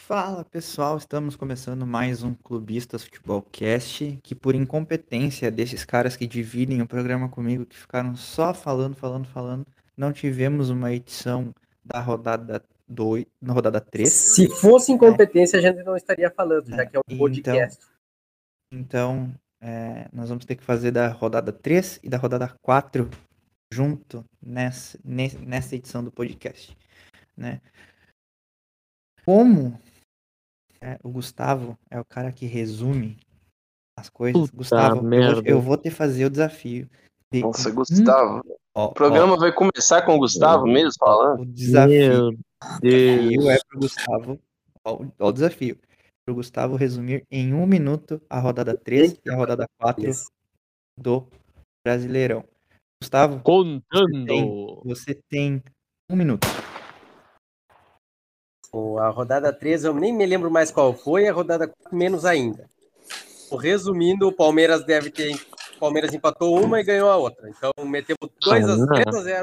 Fala pessoal, estamos começando mais um Clubistas Futebol Cast, que por incompetência desses caras que dividem o programa comigo, que ficaram só falando, falando, falando, não tivemos uma edição da rodada 2, na rodada 3. Se fosse incompetência, a gente não estaria falando, já que é um Então, podcast. Então, é, nós vamos ter que fazer da rodada 3 e da rodada 4 junto nessa, ne- nessa edição do podcast, né? Como é, o Gustavo é o cara que resume as coisas, Puta Gustavo, eu vou- eu merda. vou, te fazer o desafio de um Nossa, Gustavo. ó, O programa vai começar com o Gustavo mesmo ó, falando? o desafio, Meu Deus. desafio é pro Gustavo, ó, o- ó, o desafio pro Gustavo resumir em um minuto a rodada 3 e a rodada 4 do Brasileirão. Gustavo, Contando. você tem um minuto. Pô, A rodada 3, eu nem me lembro mais qual foi, a rodada 4 menos ainda. Pô, Resumindo, o Palmeiras deve ter. o Palmeiras empatou uma e ganhou a outra. Então metemos 2 a Ah, não. 3 a 0.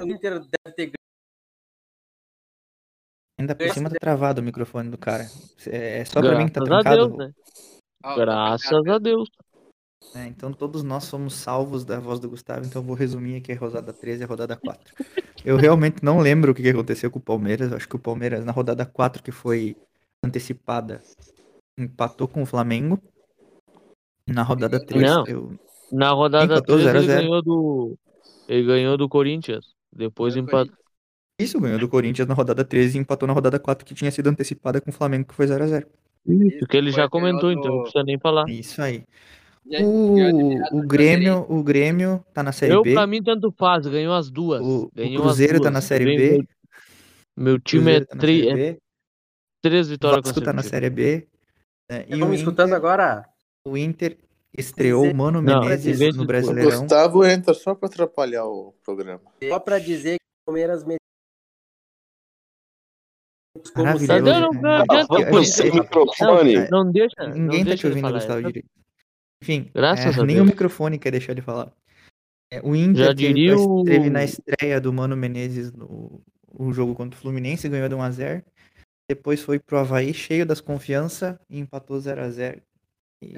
O Inter deve ter Ainda por Graças cima a tá travado o microfone do cara. É é só pra mim que tá Graças a trancado. Deus, né? Graças a Deus. né? Então todos nós somos salvos da voz do Gustavo, então eu vou resumir aqui a rodada 13 e a rodada 4. Eu realmente não lembro o que que aconteceu com o Palmeiras. Eu acho que o Palmeiras, na rodada 4, que foi antecipada, empatou com o Flamengo. Na rodada 3, Não. eu... Na rodada Empatou 3 0 ele a 0. ganhou do. Ele ganhou do Corinthians. Depois Ganhou do empatou. isso ganhou do Corinthians na rodada 13 e empatou na rodada 4, que tinha sido antecipada com o Flamengo, que foi 0x0. Isso que ele já Depois ganhou comentou, do- então não precisa nem falar. Isso aí. E é aí, Uh, O, o Grêmio, o Grêmio tá na Série Eu, B. pra mim, tanto faz. Ganhou as duas. O, o Ganhou Cruzeiro as tá duas. na Série Bem, B. Meu, meu o time Cruzeiro é, tá na tri- Série é B. três O vitórias Vasco tá na consecutivas. Série B. né, e Estão o me escutando Inter, agora? o Inter estreou o Mano Não, Menezes no ninguém escutou. O Brasileirão. Gustavo entra só pra atrapalhar o programa. Só para dizer que o Palmeiras meteu. Tá Maravilhoso. dando, não né? adianta. Eu não É. sei, o microfone. Não, não deixa. não Ninguém tá deixa te ele ouvindo, falar. Gustavo direito. Enfim, é, Graças a nem o Deus. microfone quer deixar ele falar. É, o Inter Já teve, diria o- teve na estreia do Mano Menezes no o jogo contra o Fluminense, ganhou de 1x0. Depois foi pro Havaí cheio das confianças e empatou 0x0. E,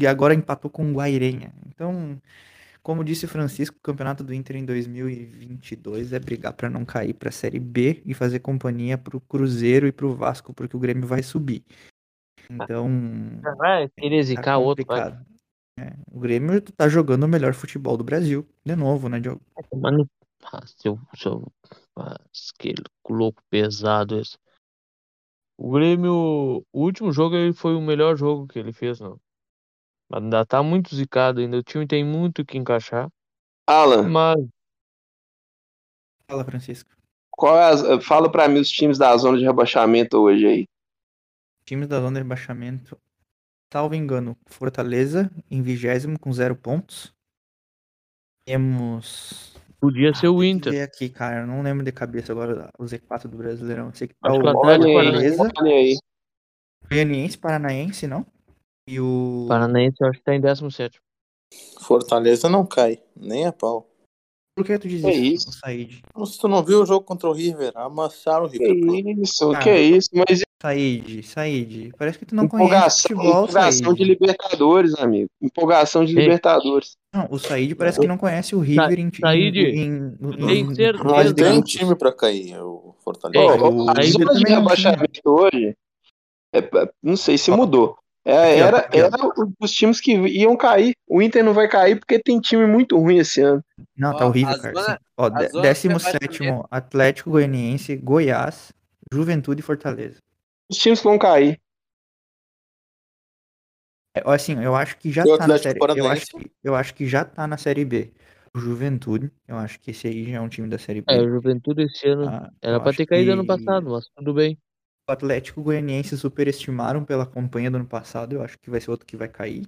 e agora empatou com o Guairenha. Então, como disse o Francisco, o campeonato do Inter em 2022 é brigar pra não cair pra Série B e fazer companhia pro Cruzeiro e pro Vasco, porque o Grêmio vai subir. Então, Vai querer zicar tá outro. Vai complicado. É, o Grêmio tá jogando o melhor futebol do Brasil, de novo, né, Diogo? tomar no. Ah, seu, seu... Ah, que louco pesado esse. O Grêmio, o último jogo ele foi o melhor jogo que ele fez, não. Mas Ainda tá muito zicado ainda. O time tem muito que encaixar. Alan, Mas Fala, Francisco. qual é as- fala pra mim os times da zona de rebaixamento hoje aí. Times da zona de rebaixamento, salvo engano, Fortaleza em vigésimo com zero pontos. Temos. podia ser Tem o que Inter. ver aqui, cara. Eu não lembro de cabeça agora o Z4 do Brasileirão. Eu sei que tá Acho que o o Atlético Fortaleza, Olha aí. Goianiense, Paranaense, não? E o. Paranaense eu acho que tá em 17. Fortaleza não cai, nem a pau. Por que tu diz isso, É isso. o Said? Se tu não viu o jogo contra o River, amassaram o Que River. isso, Ah. que é isso. Mas Said, Said. Parece que tu não conhece empolgação, futebol, empolgação Said. de Libertadores, amigo. Empolgação de Ei. Libertadores. Não, o Said parece que não conhece o River em, Said, em, em, em, tem em certeza. fase Não de tem grupos. time pra cair, o Fortaleza. Ei, Ó, o ó, a River zona de também não rebaixamento hoje, é, é, não sei se Ó. mudou. É, Aqui, ó, era aqui, ó. era o- os times que iam cair. O Inter não vai cair porque tem time muito ruim esse ano. Não, tá Ó, horrível, a cara. zona- Sim. Ó, a dé- zona décimo vai bater. sétimo, Atlético Goianiense, Goiás, Juventude e Fortaleza. Os times que vão cair. É, ó, assim, eu acho que já E o tá na série. Atlético Eu acho, Paranaense? que, eu acho que já tá na série B. O Juventude, eu acho que esse aí já é um time da série B. É, o Juventude esse ano Ah, era eu pra acho ter caído ano que passado, mas tudo bem. O Atlético Goianiense superestimaram pela campanha do ano passado. Eu acho que vai ser outro que vai cair.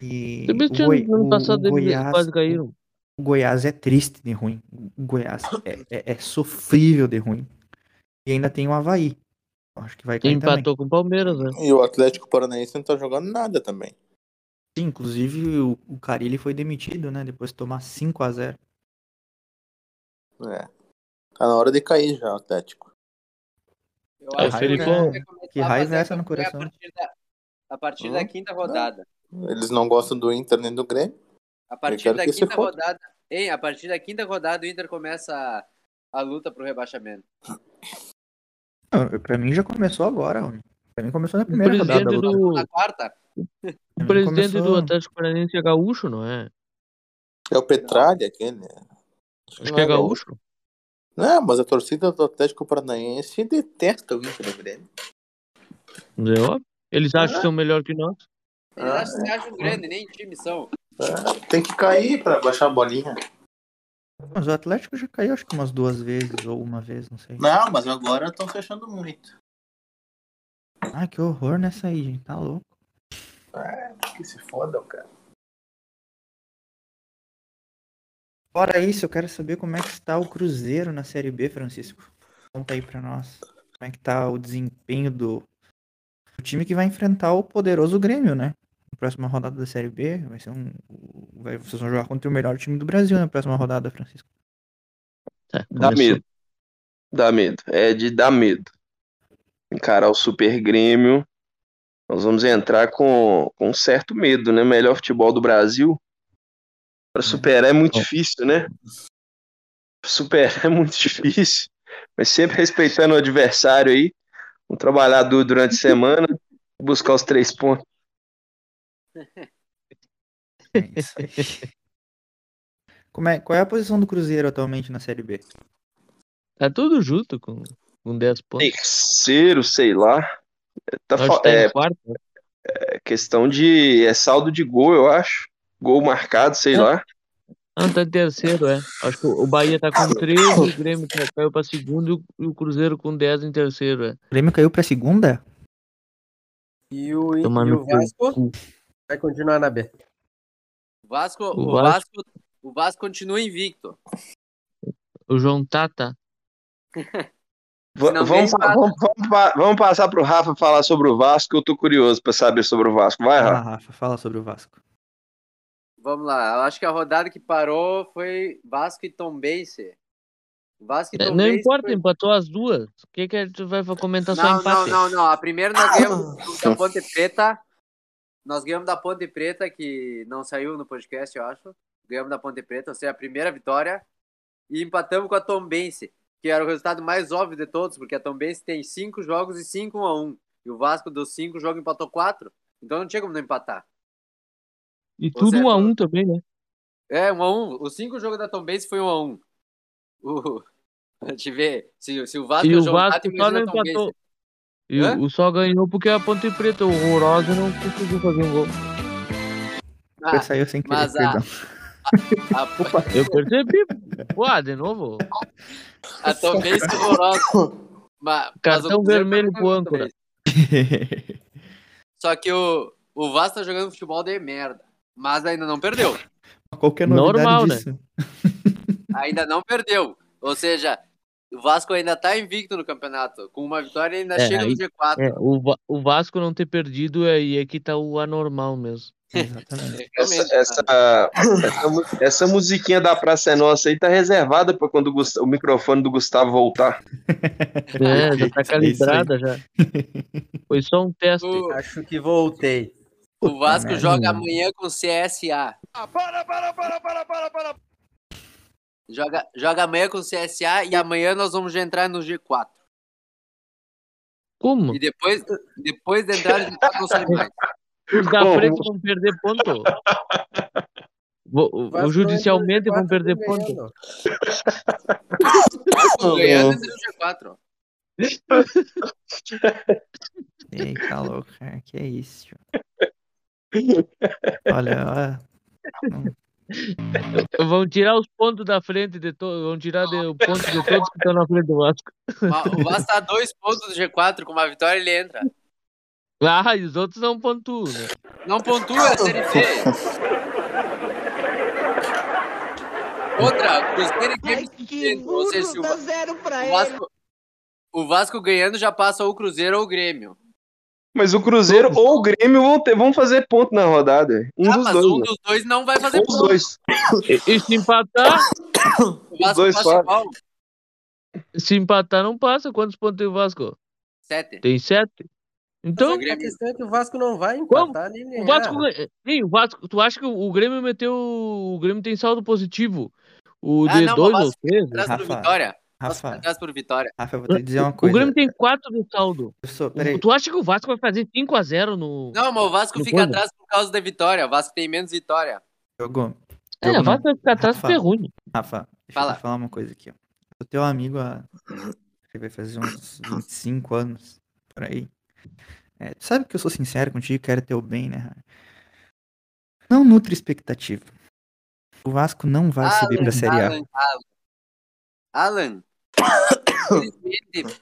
E Tudo bem o que Goi- ano o- passado o eles Goiás, quase caíram. O Goiás é triste de ruim. O Goiás é, é- é sofrível de ruim. E ainda tem o Havaí. Eu acho que vai cair também. Empatou com o Palmeiras, né? E o Atlético Paranaense não tá jogando nada também. Sim, inclusive o, o Carilli foi demitido, né? Depois de tomar 5 a 0 É. Tá na hora de cair já, o Atlético. Eu É, acho Felipão, que vai começar que a raiva fazer é essa no campanha coração? A partir da, a partir da Hum? quinta rodada. Eles não gostam do Inter nem do Grêmio. A partir quero da que se quinta foda. rodada, hein, a partir da quinta rodada o Inter começa a, a luta pro rebaixamento. Não, pra mim já começou agora, homem. Pra mim começou na O primeira rodada. presidente a luta. do, Na quarta, Pra o mim presidente do começou- Atlético Paranaense é gaúcho, não é? É o Petralha, aquele. né? Acho não que é é gaúcho. Não, mas a torcida do Atlético Paranaense detesta o Inter do Grêmio. Mas é óbvio. Eles acham que são melhor que nós. eles Ah, acham, se acham grande, nem time são. Ah, Tem que cair pra baixar a bolinha. Mas o Atlético já caiu acho que umas duas vezes ou uma vez, não sei. Não, mas agora estão fechando muito. Ah, que horror nessa aí, gente. Tá louco. Que se foda, cara. Fora isso, eu quero saber como é que está o Cruzeiro na Série B, Francisco. Conta aí pra nós. Como é que tá o desempenho do, do time que vai enfrentar o poderoso Grêmio, né? Na próxima rodada da Série B, vai ser um. vai- vocês vão jogar contra o melhor time do Brasil na próxima rodada, Francisco. Tá, Dá começou. medo. Dá medo. É de dar medo. Encarar o Super Grêmio. Nós vamos entrar com, com um certo medo, né? Melhor futebol do Brasil. Pra superar é muito difícil, né? Pra Superar é muito difícil. Mas sempre respeitando o adversário aí. Vamos trabalhar duro durante a semana. Buscar os três pontos. É isso aí. Como é, qual é a posição do Cruzeiro atualmente na Série B? Tá tudo junto com, com 10 pontos. Terceiro, sei lá. Tá, Nós fa- tá é, em quarto. é questão de. É saldo de gol, eu acho. Gol marcado, sei lá. Ah, tá em terceiro, é. Acho que o Bahia tá Ah, com 13, o Grêmio tá- caiu pra segundo e o- e o Cruzeiro com 10 em terceiro, é. O Grêmio caiu pra segunda? E o, e Tomar o no teu Vasco cu. vai continuar na B. O Vasco, o, O Vasco, o Vasco continua invicto. O João Tata. Va- Senão Vamos, vem pa- vamos, vamos, pa- vamos passar pro Rafa falar sobre o Vasco, que eu tô curioso pra saber sobre o Vasco. Vai, Fala, Rafa. Ah, Rafa, fala sobre o Vasco. Vamos lá, eu acho que a rodada que parou foi Vasco e Tombense. Vasco e É, Tombense. Não importa, foi- empatou as duas. O que que tu vai comentar Então, Não, só não, empate? Ah. não, não. A primeira nós ganhamos da Ponte Preta. Nós ganhamos da Ponte Preta, que não saiu no podcast, eu acho. Ganhamos da Ponte Preta, ou seja, a primeira vitória. E empatamos com a Tombense, que era o resultado mais óbvio de todos, porque a Tombense tem cinco jogos e 5 1 a 1 E o Vasco dos cinco jogos empatou quatro. Então não tinha como não empatar. E tudo certo. um a um também, né? É, 1 a 1 Os cinco jogos da Tombense foi 1 a Uh, 1 O... Pra te ver, se, se o Vasco é E o jogado, Vasco imagina só não a Tombense. empatou. E Hã? o, o só ganhou porque é a Ponte Preta horrorosa não conseguiu fazer um gol. Ah, Ele saiu sem querer, mas a- perdão. a- Eu percebi. Pô, de novo. A Tombense é horrorosa. Mas, Cartão mas o Cruzeiro vermelho tá pro jogando âncora. também. Só que o, o Vasco tá jogando futebol de merda. Mas ainda não perdeu. Qual que é a novidade Normal, né? disso? Ainda não perdeu. Ou seja, o Vasco ainda tá invicto no campeonato. Com uma vitória ele ainda É, chega no aí- G4. É, o, Va- o Vasco não ter perdido é, e aqui tá o anormal mesmo. Exatamente. Essa, Ah, Realmente, essa, essa mu- essa musiquinha da Praça é Nossa aí tá reservada pra quando o, Gus- o microfone do Gustavo voltar. É, já É isso tá aí. calibrada já. Foi só um teste. O- Acho que voltei. O Vasco merda, joga mano. amanhã com o CSA. Joga, joga amanhã com o CSA e amanhã nós vamos já entrar no G4. Como? E depois, depois de entrar no G4 não sai mais. Os da Como? frente vão perder ponto. Vo- o- O, judicialmente vão perder tá ponto. Ganhando entra no G4. ó. Ei, tá louco, cara. Que é isso, tio. Olha, ó, Vão tirar os pontos da frente de todos. Vão tirar de- o ponto de todos que estão na frente do Vasco. Ma- O Vasco tá a dois pontos do G4, com uma vitória ele entra. Ah, e os outros não pontuam, né? Não pontua a Série B. Outra, Cruzeiro e Grêmio se enfrentam, ou seja, se o, Va- o Vasco, o Vasco ganhando já passa ou o Cruzeiro ou o Grêmio. Mas o Cruzeiro ou o Grêmio vão, ter, vão fazer ponto na rodada. Um Ah, dos mas dois. um né? dos dois não vai fazer Um dos ponto. dois. E se empatar, O Vasco dois passa fora. igual. Se empatar, não passa. Quantos pontos tem o Vasco? Sete. Tem sete? Então, o A Grêmio, questão é que o Vasco não vai empatar nem o ganhar. Vasco. ganha- Sim, o Vasco. Tu acha que o Grêmio meteu. O Grêmio tem saldo positivo. O Ah, D2 não, mas o ou Vasco- 3. atrás por Rafa. vitória. Vasco Rafa, atrás por vitória. Rafa, eu vou te dizer uma O coisa. Grêmio tem um 4 de saldo. Eu sou- O- peraí, Tu acha que o Vasco vai fazer 5x0 no. Não, mas o Vasco Não fica pode. atrás por causa da vitória. O Vasco tem menos vitória. jogo. é, o jogo não. Vasco vai ficar atrás do Rafa. Ferrugem. Rafa, deixa Fala. eu te falar uma coisa aqui. Ó. O teu amigo, há- ele vai fazer uns 25 anos, por aí. É, tu sabe que eu sou sincero contigo, quero teu bem, né? Rafa? Não nutre expectativa. O Vasco não Ah, vai é subir pra Série A. Alan, Alan, infelizmente,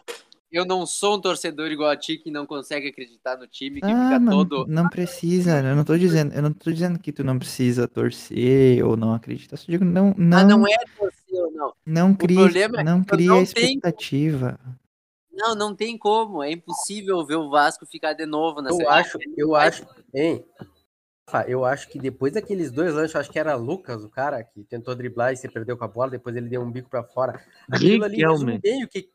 eu não sou um torcedor igual a ti que não consegue acreditar no time, que Ah, fica mas todo. não precisa, eu não tô dizendo, eu não tô dizendo que tu não precisa torcer ou não acreditar, eu só digo não, não, Ah, um. não é torcedor, não. não cria, problema é não que eu cria não tenho- expectativa. Não, não tem como. É impossível ver o Vasco ficar de novo na Eu Série A. acho, eu acho, hein? Rafa, Eu acho que depois daqueles dois lances, eu acho que era Lucas, o cara que tentou driblar e se perdeu com a bola, depois ele deu um bico pra fora. Aquilo ali resume Riquelme. bem o que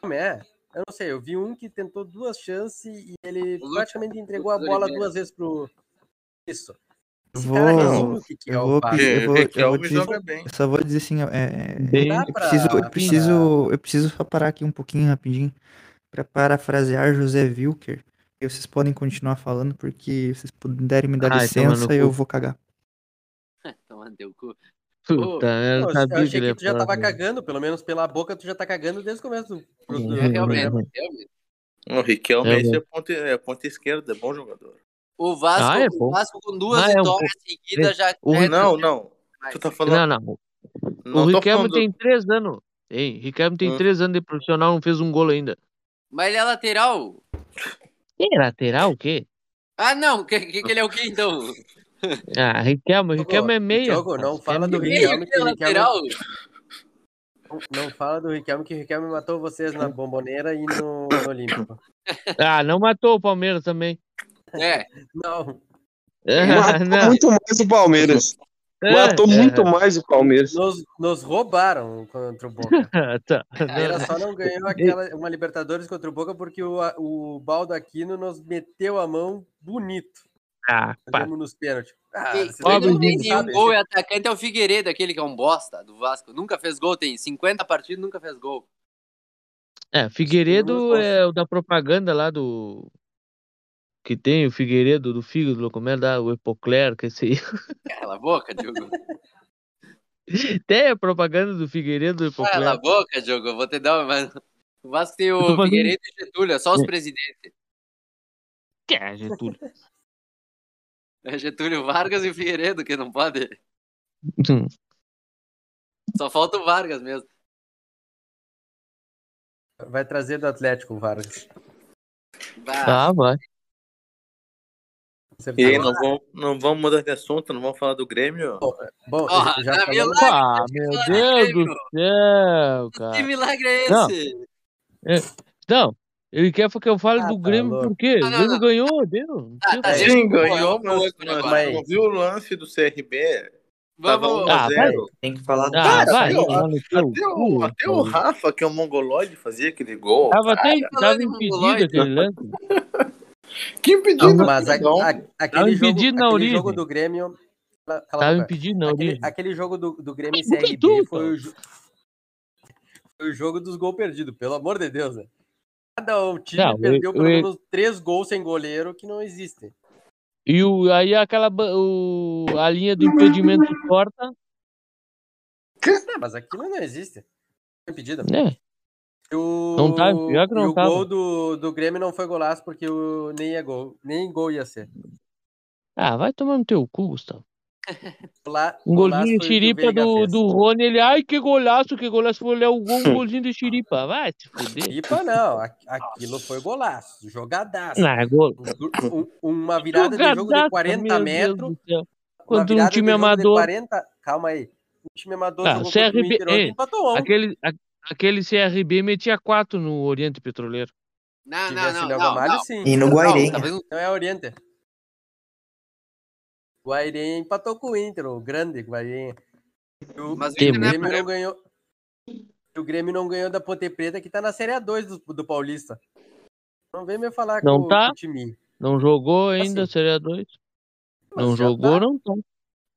como é. Eu não sei, eu vi um que tentou duas chances e ele O Lucas- é praticamente entregou a Lucas bola Oliveira. duas vezes pro Isso. Eu Esse cara vou, resume o que que é eu o Ah, vou, Vasco. pedir- eu vou, eu vou Riquelme te- joga bem. eu só vou dizer assim, é, Bem- Dá Eu pra- preciso, eu pra- preciso, eu preciso só parar aqui um pouquinho rapidinho para parafrasear José Wilker. E vocês podem continuar falando porque vocês puderem me dar Ai, toma no licença, eu cu. vou cagar. Tomando teu Então, cu. Puta, eu Pô, sabia eu achei que ele ia tu já falar tava isso. cagando, pelo menos pela boca tu já tá cagando desde o começo do, do, do né? É, programa. Realmente, realmente. O Riquelme É, esse mano. é ponta, é ponta esquerda, bom jogador. O Vasco, Ah, é o bom. Vasco com duas Ah, é um vitórias seguidas já. O- é Não, torcedor não. demais. Tu tá Não, falando. não. não o tô Riquelme falando- tem 3 anos. Hein, Riquelme tem Hum. 3 anos de profissional, não fez um gol ainda. Mas ele é lateral. Que lateral, o quê? Ah, não. Que, que, que ele é o quê, então? Ah, Riquelme, Diogo, Riquelme é meia. Diogo, não rapaz, fala é do meia. Riquelme. Meio que é Riquelme- lateral. Não fala do Riquelme, que o Riquelme matou vocês na Bomboneira e no, no Olímpico. Ah, não matou o Palmeiras também. É. Não, Ah, Matou não. Um muito mais o Palmeiras. Matou É. muito mais o Palmeiras. nos, nos roubaram contra o Boca. Ah, tá. O Palmeiras só não ganhou aquela, uma Libertadores contra o Boca porque o, o Baldo Aquino nos meteu a mão bonito. Ah, pá. Perdemos nos pênaltis. Ah, Quem, vocês quem Pobre não não tem Diniz. nenhum sabem, gol é atacante é o Figueiredo, aquele que é um bosta do Vasco. Nunca fez gol, tem 50 partidas, nunca fez gol. É, Figueiredo Nossa. é o da propaganda lá do. Que tem o Figueiredo do fígado, como é lá, o Epocler, que é esse aí. Cala a boca, Diogo. Tem a propaganda do Figueiredo do Cala a Epocler. boca, Diogo. Eu vou te dar uma. O Vasco tem Eu tô o fazendo- Figueiredo e o Getúlio, é só os presidentes. Que é, Getúlio? É Getúlio Vargas e o Figueiredo, que não pode. Só falta o Vargas mesmo. Vai trazer do Atlético o Vargas. Bah, Ah, vai. com certeza. E aí, não vamos, não vamos mudar de assunto, não vamos falar do Grêmio. Bom, Ó, já falamos- tá vendo? Ah, meu Deus do céu, que cara. milagre é Não. esse? Não, ele quer que eu fale Ah, do tá Grêmio louco. por quê? Não, o não, Grêmio não. ganhou, deu. não Tá, sei o tá, quê. gente. Sim, ganhou, Pô, mas, pô, agora. né, mas não viu o lance do CRB? Tava Vamos. 1 Ah, a 0 Tem que falar do Ah, Cara, vai, até o- tomar no teu Até o, cu, até o rapaz. Rafa, que é um mongoloide, fazia aquele gol. Tava até falando tava em impedido mongoloide. aquele lance. Que impedido. né? Não, mas a- não. a- aquele, jogo, Tá impedido na aquele origem. jogo do Grêmio. Cala- cala a Tava boca. impedido, não. Aquele, origem. aquele jogo do, do Grêmio e Mas nunca CRB tu, foi, o, jo- foi o jogo dos gols perdidos, pelo amor de Deus. Né? Cada um time Não, perdeu eu- pelo eu- menos três gols sem goleiro que não existem. E o, aí aquela ba- o, a linha do impedimento torta, Não, mas aquilo não existe. Foi impedido. né? E o, Não tá, pior que não e o tava. gol do, do Grêmio não foi golaço porque o, nem, é gol, nem gol ia ser. Ah, vai tomar no teu cu, Gustavo. Gola- Um golaço foi o que golzinho de o xiripa Veiga do, fez. do Rony, ele, ai, que golaço, que golaço, foi olhar o gol, um golzinho de xiripa, vai se fuder. Pipa não, a- aquilo foi golaço, jogadaço. Não, é gol. Um- um- uma virada de jogo de Jogadaça, 40 meu Deus metros. do céu. Uma Quando um virada de time jogo de amador, 40 Calma aí. Um time amador Tá, jogou contra o CRB, Inter ontem ei, e empatou ontem. aquele, a- aquele CRB metia 4 no Oriente Petroleiro. Não, Se Ah, não, tivesse não. Léo não, Gamalho, não. sim. E no Não, Guairenha. talvez um- Não é Oriente. O Guairenha É, empatou com o Inter, o grande Guairenha. E O Mas o Tem Inter não é Grêmio não ganhou. E E o Grêmio não ganhou da Ponte Preta, que tá na Série A2 do, do Paulista. Não vem me falar Não com, tá? com o time. Não jogou ainda, Assim. Série A2. Mas Não já tá, jogou, não tá.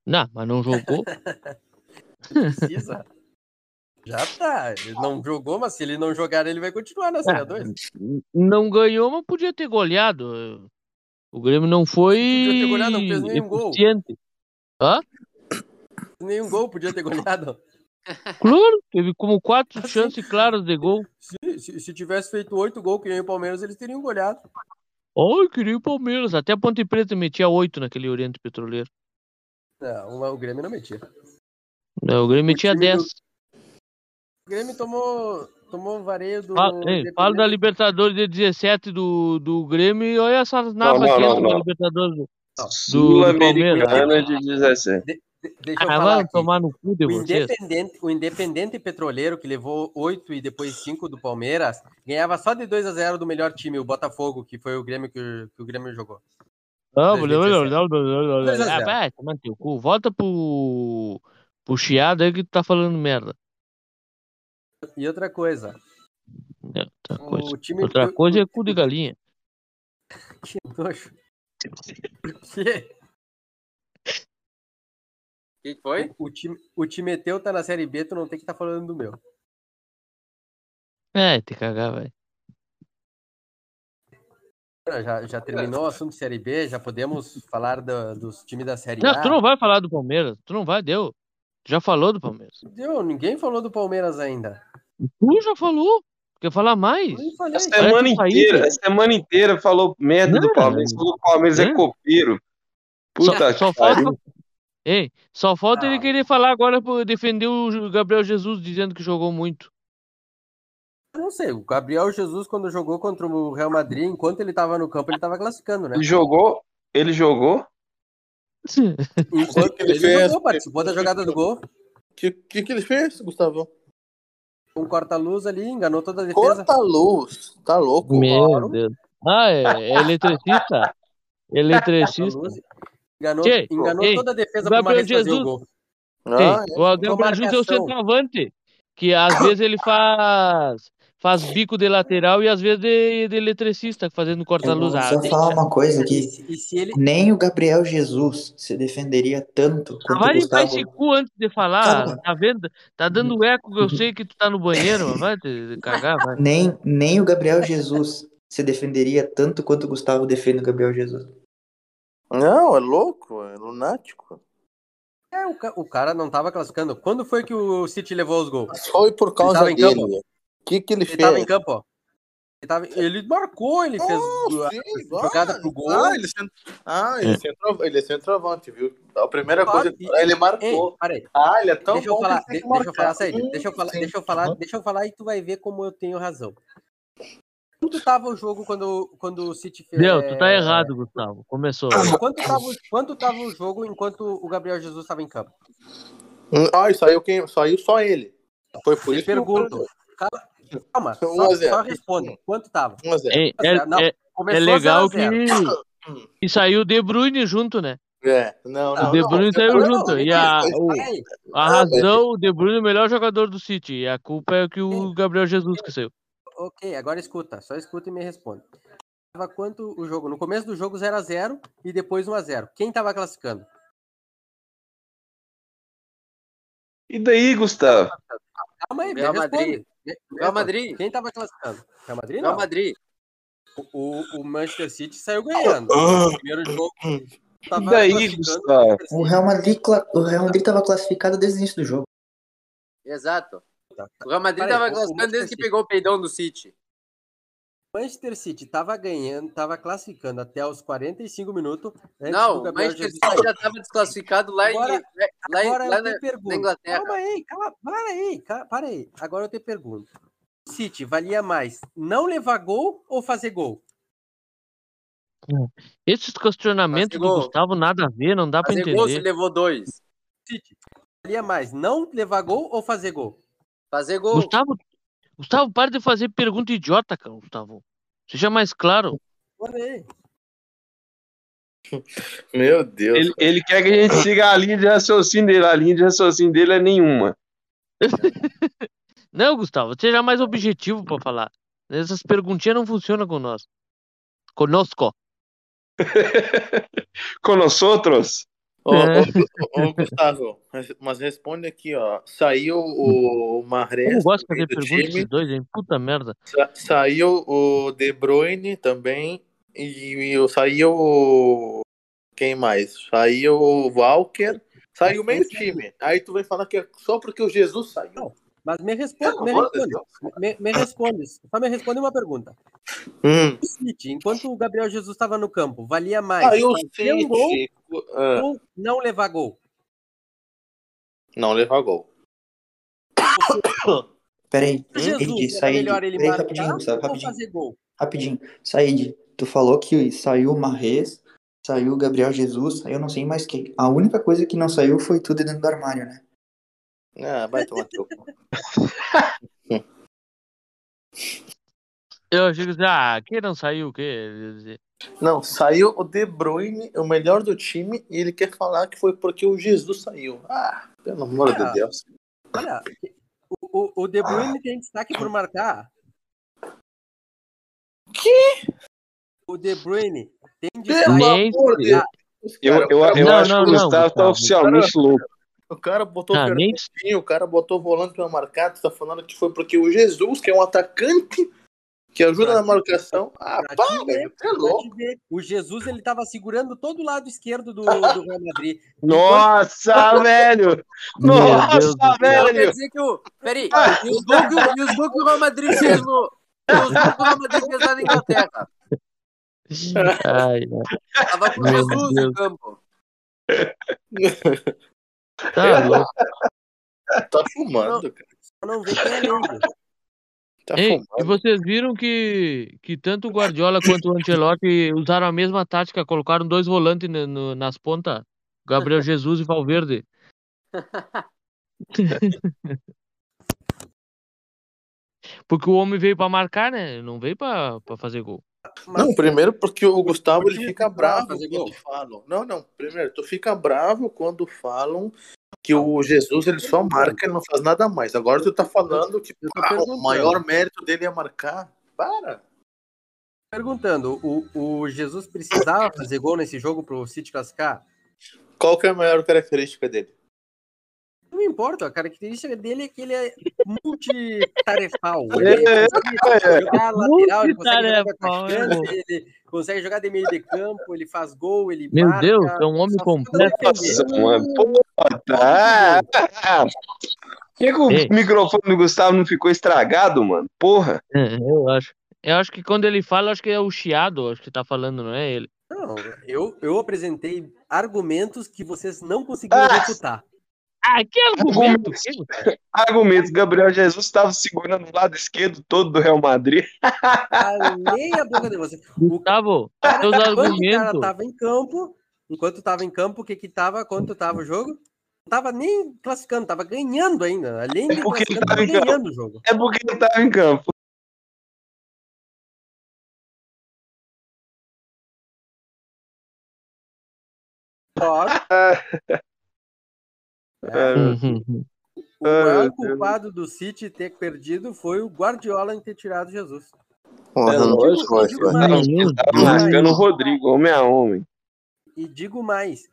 Não, mas não jogou. Precisa. já tá. Ele não jogou, mas se ele não jogar, ele vai continuar na É. Série A2. não ganhou, mas podia ter goleado. O Grêmio não foi Podia ter goleado, não fez nenhum gol. eficiente. Nenhum gol podia ter goleado. Claro, teve como quatro Ah, chances claras de gol. Se, se- se tivesse feito oito gols que nem o Palmeiras, eles teriam goleado. Ai, queria o Palmeiras. Até a Ponte Preta metia oito naquele Oriente Petroleiro. Não, É, o Grêmio não metia. Não, o Grêmio metia time do- 10. O Grêmio tomou, tomou vareio do. Fala, ei, fala da Independente. Libertadores de 17 do, do Grêmio e olha essas Não, napas não, que não, entram na não. Libertadores. Sul-Americana de 17. De- deixa eu Ah, falar vai aqui. tomar no cu de O vocês. independente, o independente Petroleiro, que levou oito e depois cinco do Palmeiras, ganhava só de 2 a 0 do melhor time, o Botafogo, que foi o Grêmio que, o- que o Grêmio jogou. Ah, 2017. blá, blá, blá, blá, blá, Dois a blá. Ah, zero. vai tomar no teu cu. Volta pro, pro chiado aí que tu tá falando merda. E outra coisa, É, outra coisa. o time. Outra o- coisa o- é cu de galinha. Que nojo. Que- O que que foi? O time, o time teu tá na Série B, tu não tem que estar falando do meu. É, te cagar, vai. Já, já terminou o assunto Série B, já podemos falar da- dos times da Série Não, A. tu não vai falar do Palmeiras. Tu não vai, deu. Tu Já falou do Palmeiras. Deu, ninguém falou do Palmeiras ainda. Tu já falou. Quer falar mais? Nem A falei. semana Parece um país, inteira, né? a semana inteira falou merda Não, do Palmeiras, falou que o Palmeiras é não. copeiro. Só, Puta só que pariu. falta. Ei, só falta ele Ah. querer falar agora por defender o Ju- Gabriel Jesus dizendo que jogou muito. Eu Não sei, o Gabriel Jesus, quando jogou contra o Real Madrid, enquanto ele tava no campo, ele tava classificando, né? Ele jogou, ele jogou. Enquanto que ele ele fez? jogou, participou da jogada do gol, O que, que, que ele fez, Gustavão? um corta-luz ali, enganou toda a defesa. Corta a luz. Tá louco. Meu Claro. Deus. Ah, é, é eletricista? Eletricista. Corta-luz, enganou Tchê, enganou ei, toda a defesa Gabriel pro Maris fazer Jesus. o gol. Ah, Sim, o Gabriel marcação. Jesus Tá é o centroavante, que às vezes ele faz faz bico de lateral e às vezes de, de eletricista, Eu fazendo vou corta-luz. Ah, só deixa. falar uma coisa E, aqui. se- e se ele. Nem o Gabriel Jesus se defenderia tanto Ah, quanto o Vai limpar Gustavo. esse cu antes de falar, Calma. tá vendo? Tá dando eco, eu sei que tu tá no banheiro, mas vai te cagar, vai. Nem, nem o Gabriel Jesus se defenderia tanto quanto o Gustavo defende o Gabriel Jesus. Não, é louco, é lunático. É, o, ca- o cara não tava classificando. Quando foi que o City levou os gols? Foi por causa tava em campo? dele. O que, que ele, Ele fez? tava em campo, ó. Ele, tava- ele marcou, ele fez Ah, sim, a jogada pro gol. Ah, ele, cent... ah, ele, é. Centro... ele é centroavante, viu? A primeira Claro, coisa. e- Ele Ei, marcou. parei. Ah, ele é tão deixa bom. eu falar, que de- tem que deixa eu marcar. falar, Said, Hum, deixa eu falar, sim. deixa eu falar, deixa eu falar e tu vai ver como eu tenho razão. Quanto tava o jogo quando, quando o City fez? Deu, tu tá errado, Gustavo. Começou. Quanto tava, o- quanto tava o jogo enquanto o Gabriel Jesus estava em campo? Hum, Ah, e saiu quem? Saiu só ele. Foi por isso que eu Pergunto. Calma, calma, só, Um a zero. só responda. Quanto tava? 1 a 0. É, é- Não, é- é Começou legal 0 a 0. que, que saiu o De Bruyne junto, né? É, não, O não. De não, Bruyne é não, saiu não, junto. não, E não, a, não, o, Peraí, a Ah, velho. razão, o De Bruyne é o melhor jogador do City. E a culpa é que o Gabriel Jesus que saiu. ok, agora escuta, só escuta e me responde. Tava quanto o jogo? No começo do jogo 0 a 0 e depois 1 a 0. Quem tava classificando? E daí, Gustavo? Calma aí, me Real Madrid. responde. Me- me Real responde. Madrid. Quem tava classificando? Real Madrid Real não. Madrid. O, o Manchester City saiu ganhando. O primeiro jogo E tava daí, classificando. Gustavo? O Real Madrid, cla- o Real Madrid estava classificado desde o início do jogo. Exato. Tá, tá. O Real Madrid Peraí, tava o- o classificando desde Manchester que pegou o peidão do City. O Manchester City tava ganhando, tava classificando até os 45 minutos. É antes do Não, o Gabriel Manchester Jesus City sair. já tava desclassificado lá em. Agora- lá em- Agora lá eu na- te pergunto. na Inglaterra. Calma aí, calma, para aí, ca- para aí. Agora eu te pergunto. O City valia mais não levar gol ou fazer gol? Esses questionamentos do Fazer gol. Gustavo nada a ver, não dá pra Fazer gol se entender. levou dois. City valia mais não levar gol ou fazer gol? Fazer gol. Gustavo, Gustavo, para de fazer pergunta idiota, cara, Gustavo. Seja mais claro. Olha aí. Meu Deus. Ele, ele quer que a gente siga a linha de raciocínio dele. A linha de raciocínio dele é nenhuma. Não, Gustavo, seja mais objetivo pra falar. Essas perguntinhas não funcionam com nós. Conosco. Com nós outros? Ô, É. ô, ô, ô, Gustavo, mas- mas responde aqui, ó. Saiu o Eu Mahrez não gosto de fazer do perguntas desses dois, hein? Puta merda. sa- saiu o De Bruyne também, e, o- saiu o... Quem mais? Saiu o Walker, saiu meio time. Aí tu vem falar que é só porque o Jesus saiu. Mas me Eu responde, não me vou responde, me, me responde, só me responde uma pergunta. Hum. O City, enquanto o Gabriel Jesus estava no campo, valia mais Ah, Aí o fazer um gol City ah, ou não levar gol? não levar gol. Peraí, Jesus, Entendi, era Said. melhor ele Peraí, marcar é rapidinho, Gustavo, ou rapidinho. fazer gol? rapidinho. Said, tu falou que saiu o Marrez, saiu o Gabriel Jesus, saiu não sei mais quem. A única coisa que não saiu foi tudo dentro do armário, né? Ah, vai tomar teu cu. Eu achei que ah, que não saiu o quê? Não, saiu o De Bruyne, o melhor do time, e ele quer falar que foi porque o Jesus saiu. Ah, pelo amor Ah. de Deus. Olha, o, o, o De Bruyne tem destaque por marcar. Que? O De Bruyne tem Pelo destaque. Gente, amor de eu- Deus. Eu, cara. eu, o, cara, eu Não, acho não, que o não, Gustavo tá Gustavo. oficialmente louco. o cara botou Ah, o nem- Fernandinho, o cara botou o volante pra marcar, tu tá falando que foi porque o Jesus, que é um atacante, que ajuda na marcação. Ah, Pra pá, te ver, velho, tu é pra louco. te ver, o Jesus ele tava segurando todo o lado esquerdo do, do Real Madrid. Nossa, velho! Nossa, Deus do céu. Então quer velho! dizer que o. Peraí, e os gols que, o- e os gols que o Real Madrid fez no. e Os gols que o Real Madrid fez lá na Inglaterra. Ai, né? Tava com o Meu Jesus Deus. em campo. tá louco. Tá fumando, cara. Só não vê quem é leigo. Tá Ei, e fumando. vocês viram que, que tanto o Guardiola quanto o Ancelotti usaram a mesma tática, colocaram dois volantes no- no- nas pontas, Gabriel Jesus e Valverde. Porque o homem veio pra marcar, né? Não veio pra, pra fazer gol. Mas- Não, primeiro porque o Gustavo ele fica bravo fazer quando gol. falam. Não, não, primeiro, tu fica bravo quando falam que o Jesus ele só marca, ele não faz nada mais. Agora tu tá falando que Eu tô ah, o perguntando. maior mérito dele é marcar. Para. Perguntando, o, o Jesus precisava fazer gol nesse jogo pro City classificar? Qual que é a maior característica dele? Não importa, a característica dele é que ele é multitarefal. É, Ele é, consegue jogar lateral, ele consegue jogar com Multitarefal, é atacante, ele consegue jogar de meio de campo, ele faz gol, ele Meu marca. Deus, é um homem só falta completo. defender. Nossa, mano. Pô, tá. Por que, que o Ei. microfone do Gustavo não ficou estragado, mano? Porra. É, eu acho. Eu acho que quando ele fala, eu acho que é o Chiado, acho que tá falando, não é ele. Não, eu, eu apresentei argumentos que vocês não conseguiram Ah! refutar. Ah, que É argumento! Argumentos. Argumentos. Gabriel Jesus estava segurando o lado esquerdo todo do Real Madrid. Calei a boca de vocês. O Gustavo, seus Quando o cara tá argumentos. tava em campo, enquanto tava em campo, o que que tava, quanto tava o jogo? Não tava nem classificando, tava ganhando ainda. Além de É porque ele classificando, tava tava em campo. ganhando o jogo. É porque ele estava em campo. Claro, É, meu Uhum. o Ai, maior meu Deus. culpado do City ter perdido foi o Guardiola em ter tirado Jesus. Porra, Eu digo- lógico, eu mas- digo mais, Não, Meu Tava Não, Deus. marcando o mas- Rodrigo, homem a homem. E digo mais.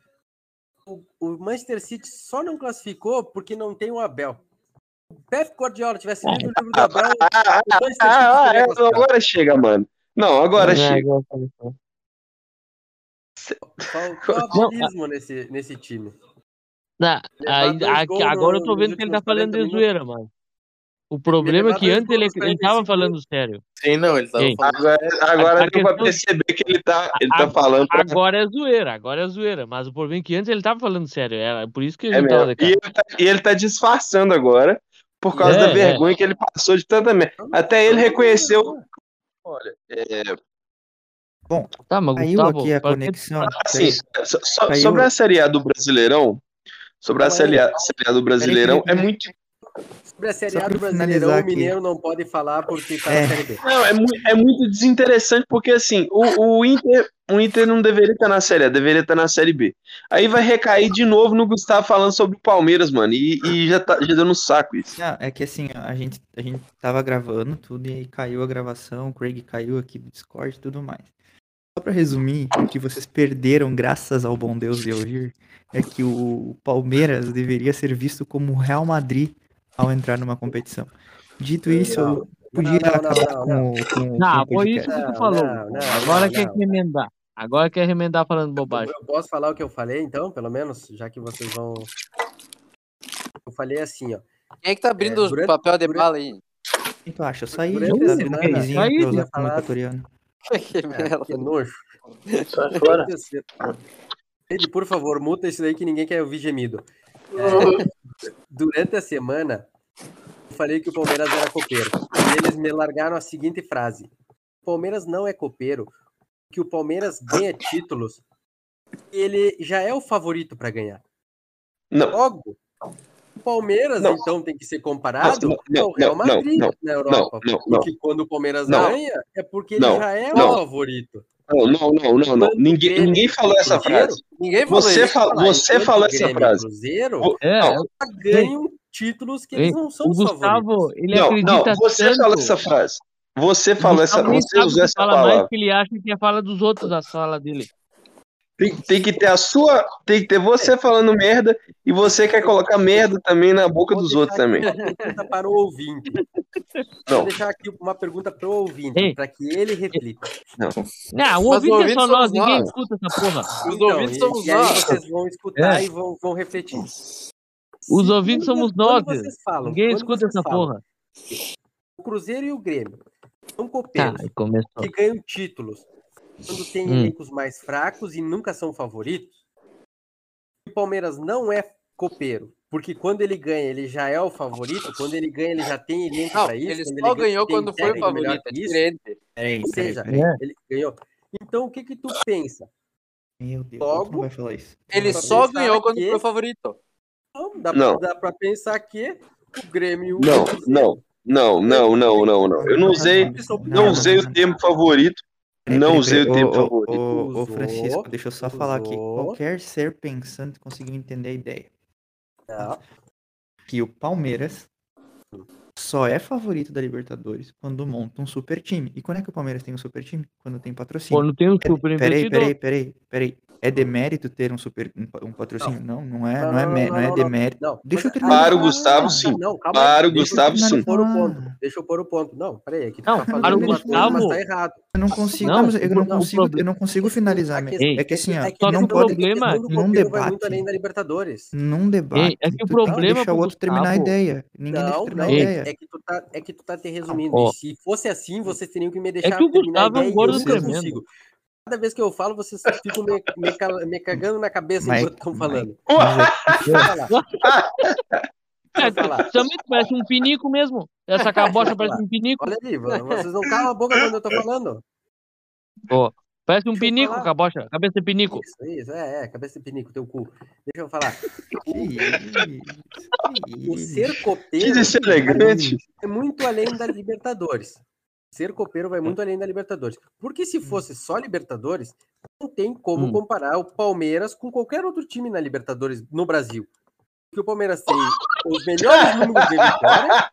O, o Manchester City só não classificou porque não tem o Abel. Se o Pep Guardiola tivesse lido o livro do Abel, Ah, o Manchester City ah, ah, teria é, classificado. agora chega, mano. Não, agora É, chega. agora começou. Faltou abismo nesse, nesse time. Tá, Levar ainda- dois aqui- gols agora eu no- tô nos vendo que ele tá últimos falando 40 de minutos. zoeira, mano. O problema é levar que tá dois antes ele, gols nos ele tava 45 falando sério. Sim, não, ele tava Ei, falando. Agora, agora a deu pra questão- perceber que ele tá, ele tá A- falando pra Agora é zoeira, agora é zoeira. Mas o problema é que antes ele tava falando sério. Era por isso que a É gente tava mesmo. de E cara. ele, tá, e ele tá disfarçando agora por causa É, da vergonha que ele passou de tanta merda. Então, Até ele não tem reconheceu. vergonha. Olha, é, Tá, mas Caiu Gustavo, aqui a pra que- conexão. Tá. assim, Peraí, so- so- Caiu. sobre a Série A do Brasileirão, sobre a Calma aí. Série A, Série A do Brasileirão, é Peraí, muito. Sobre a Série Só A pra do Brasileirão, finalizar o aqui. Mineiro não pode falar porque tá na É. Série B. Não, é, mu- é muito desinteressante porque assim, o, o Inter, o Inter não deveria estar na Série A, deveria estar na Série B. Aí vai recair de novo no Gustavo falando sobre o Palmeiras, mano, e, e já tá já dando um saco isso. Não, é que assim, ó, a gente, a gente tava gravando tudo e aí caiu a gravação, o Craig caiu aqui do Discord e tudo mais. Só pra resumir, o que vocês perderam, graças ao bom Deus de ouvir, é que o Palmeiras deveria ser visto como o Real Madrid ao entrar numa competição. Dito isso, eu podia Não, não, não, acabar não, com, não. o- com, o- Não, com o foi isso podcast. que Não, tu falou. não, não, Agora não, quer não. que emendar. Agora quer remendar falando bobagem. Eu posso falar o que eu falei, então, pelo menos, já que vocês vão. Eu falei assim, ó. Quem é que tá abrindo É, os durante- papel de durante- bala aí? O que tu acha? Saí, Durante tá a abrindo semana, camisinha saí, pra usar né? como equatoriano. que Ah, merda. que nojo. Sai Tá fora. Ed, por favor, muta isso daí que ninguém quer ouvir gemido. É, durante a semana, eu falei que o Palmeiras era copeiro. E eles me largaram a seguinte frase: O Palmeiras não é copeiro, que o Palmeiras ganha títulos, ele já é o favorito para ganhar. Não, Logo, o Palmeiras Não. então tem que ser comparado Não, não, ao Real não, não, Madrid não, na Europa. não, não. porque quando o Palmeiras Não. ganha, é porque ele Não, já é não. o favorito. não, não, não, não, não. Quando Ninguém, Grêmio ninguém falou e essa Cruzeiro, frase. Ninguém falou Você, isso. fala, você enquanto falou essa Grêmio e frase. Cruzeiro Vo- É, Não, já ganham títulos que eles Ei, não são o os favoritos. Gustavo, ele não, não, acredita você tanto. falou essa frase. Você O falou essa, Gustavo nem você sabe usou que essa fala mais palavra. que ele acha que é fala dos outros da sala dele. Tem, tem que ter a sua, tem que ter você falando merda e você quer colocar merda também na boca Vou dos deixar outros aqui também. uma pergunta para o ouvinte. Vou Não, deixar aqui uma pergunta para o Ei. ouvinte, para que ele reflita. Não, o Mas ouvinte o é só ouvinte nós, somos ninguém nós. escuta essa porra. Os Então, ouvintes e, somos e aí nós. vocês vão escutar É. e vão, vão refletir. Os Se ouvintes quando, somos vo- nós. quando vocês falam, Ninguém quando escuta vocês essa falam, porra. o Cruzeiro e o Grêmio são Tá, copeiros aí começou. que ganham títulos quando têm Hum. elencos mais fracos e nunca são favoritos. O Palmeiras não é copeiro, porque quando ele ganha, ele já é o favorito, quando ele ganha, ele já tem elenco Não, para isso, ele quando só ganha, ganhou tem quando foi o técnico melhor favorito. É que isso, diferente. é Peraí, ou peraí, seja, peraí. ele ganhou. Então, o que que tu pensa? Meu Deus, tu Logo, não vai falar isso. Tu não Ele vai Pra falar só isso. pensar ganhou quando que- foi o favorito. Então, dá, Não. dá pra pensar que o Grêmio e o não, Cruzeiro não, não, não, não, não, não. Eu não usei, sempre são não Não, não, usei não, o não. termo favorito. Peraí, Não peraí, usei peraí. o Ô, termo ô, favorito. ô, ô, Usou, Francisco, deixa eu só falar aqui. usou. Qualquer ser pensante conseguiu entender a ideia Não, que o Palmeiras só é favorito da Libertadores quando monta um super time. E quando é que o Palmeiras tem um super time? Quando tem patrocínio. Quando tem um É de- super Peraí, investidor. peraí, peraí, peraí. É demérito ter um super um pa- um patrocínio? Não, não é, não, não é, não, mé- não, não é não, não, demérito. não. Deixa eu Mas terminar de Para o falar. Gustavo, sim. Não, calma aí. Para o Deixa eu, Gustavo, deixa eu sim. pôr o ponto. falar. Deixa eu pôr o ponto. Não, peraí, aqui tu Não, tá Eu não para fazendo o terminei uma de falar. coisa, mas tá Gustavo. errado. Eu não consigo, tá, Não, mas eu o, não o consigo, eu problema. não consigo Esse- finalizar a minha. questão, É Ei, que assim, ó, é que só que não o não, pode a problema. questão do num copeiro vai muito debate além da Libertadores. Num Ei, é debate, que o tu tem que Não, problema deixar pro o outro terminar a Gustavo. ideia. Ninguém deixa eu não, terminar a não. Ei, ideia. É que tu tá, é que tu tá te resumindo. E ó, se fosse assim, vocês teriam que me é deixar que o terminar a Gustavo é um ideia e eu gordo não Vocês não. tremendo. consigo. Cada vez que eu falo, vocês ficam me, me cal- me cagando na cabeça Mas, enquanto estão mas, falando. mas é. Deixa eu falar, deixa É, eu falar, também tu parece um pinico mesmo. Essa deixa cabocha eu parece falar. um pinico. Olha ali, vo- vocês não calam a boca quando eu tô falando. Ó, parece um Deixa eu pinico, falar. cabocha. Cabeça de pinico. Isso, isso, é, é, cabeça de pinico, teu cu. Deixa eu falar. Que isso, é que O isso. ser Que copeiro deselegante. é muito além da Libertadores. Ser copeiro vai muito além da Libertadores. Porque se fosse só Libertadores, não tem como Hum. comparar o Palmeiras com qualquer outro time na Libertadores no Brasil. Porque o Palmeiras tem os melhores números de vitória,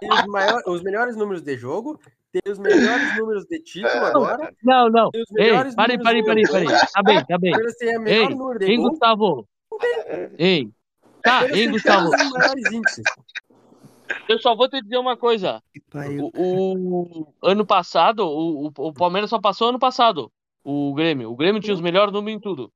tem os, maior, os melhores números de jogo, tem os melhores números de título agora, Não, não. tem os Ei, melhores parei, números parei, de parei, parei. gols, Tá bem, tá o bem. Palmeiras tem o melhor Ei, número de hein, gols, Gustavo? Ei, o tá, Palmeiras tem hein, todos Gustavo? os é um maiores índices. Eu só vou te dizer uma coisa. Que pariu. O, o- ano passado, o, o, o Palmeiras só passou ano passado. O Grêmio. O Grêmio tinha os melhores números em tudo.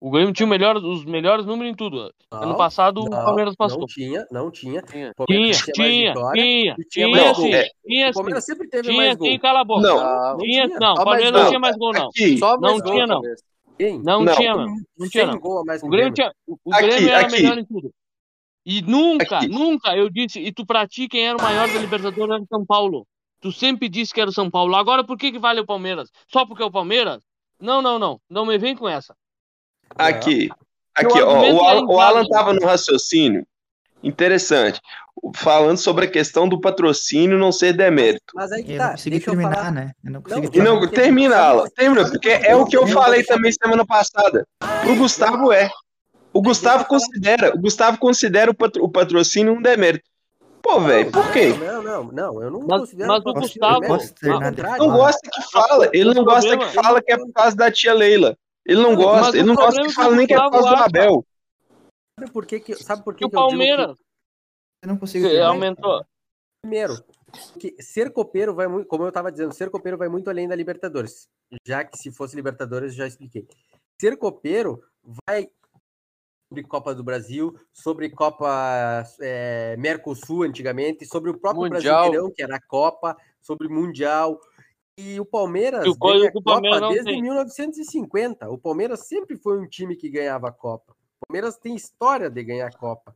O Grêmio tinha o melhor, os melhores números em tudo. Ano Não, passado, o não, Palmeiras não passou. tinha, não tinha. Tinha. O Palmeiras Tinha, tinha mais tinha, vitória tinha, e tinha mais tinha Não, gol. sim, é, tinha O sim. Palmeiras sempre teve mais Tinha sim, gol. cala a boca. não, Não, Não, não Tinha, tinha. não, o Ah, só mais Palmeiras não gol. não. tinha mais gol, não. Aqui, Só mais Não gol, tinha, não. talvez. Hein? Não não. tinha, Tinha mano. Não tinha, 100 não. gols a mais que O o Grêmio Grêmio. tinha. O o Grêmio Aqui, era aqui, melhor em tudo. E nunca, aqui. nunca eu disse. E tu pra ti, quem era o maior da Libertadores era o São Paulo. Tu sempre disse que era o São Paulo. Agora por que que vale o Palmeiras? Só porque é o Palmeiras? Não, não, não. Não me vem com essa. Não. Aqui. Teu Aqui, ó. argumento O é Alan, o Alan inválido. tava no raciocínio. Interessante. falando sobre a questão do patrocínio não ser demérito. Mas aí que Eu tá. não consegui deixa eu terminar, falar. né? Eu não consegui Não, E terminar. não, termina, Alan. Termina, porque é o que eu falei também semana passada. Pro Gustavo é. O Gustavo considera, o Gustavo considera o, patro- o patrocínio um demérito. Pô, velho, por quê? Não, não, não. Eu não Mas- considero mas o patrocínio Gustavo- demérito, Posso terminar ao de contrário. Ele não gosta que fala. Ele não gosta que fala que é por causa da tia Leila. Ele não gosta, ele não gosta que fala nem que é por causa do Abel. Sabe por que, que, sabe por que, E o que eu digo que- Palmeiras Eu não consigo que terminar. aumentou. Primeiro, que ser copeiro vai muito, como eu estava dizendo, ser copeiro vai muito além da Libertadores. Já que se fosse Libertadores, já expliquei. Ser copeiro vai sobre Copa do Brasil, sobre Copa eh, Mercosul antigamente, sobre o próprio Mundial. Brasileirão, que era a Copa, sobre Mundial. E o Palmeiras E o código ganha a que o Copa Palmeiras não desde tem. 1950. O Palmeiras sempre foi um time que ganhava a Copa. O Palmeiras tem história de ganhar a Copa.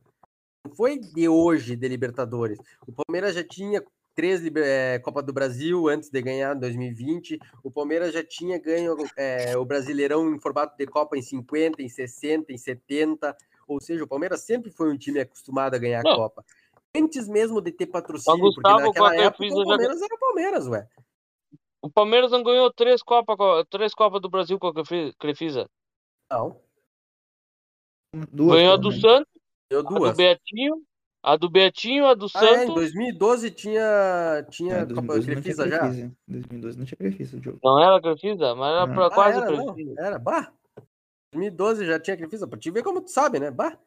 Não foi de hoje de Libertadores. O Palmeiras já tinha três liber- eh, Copa do Brasil antes de ganhar em 2020. O Palmeiras já tinha ganho eh, o Brasileirão em formato de Copa em 50, em 60, em 70. Ou seja, o Palmeiras sempre foi um time acostumado a ganhar a Não. Copa. Antes mesmo de ter patrocínio, Mas, Gustavo, porque naquela qual que eu fiz, época eu o já- Palmeiras era o Palmeiras, ué. O Palmeiras não ganhou três Copas, três Copas do Brasil com a Crefi- Crefisa. Não, Duas, né? ganhou a pelo do menos. Santos, deu a do duas. Betinho, a do Betinho, a do Ah, é, em Santos. 2012 tinha, tinha É, Copa 2012 não tinha Crefisa já? Crefisa. 2012 não tinha Crefisa o jogo. Não era a Crefisa, mas era Não. pra Ah, quase a era, não. Crefisa. Era, bah. 2012 já tinha Crefisa, pra te ver como tu sabe, né? Bah.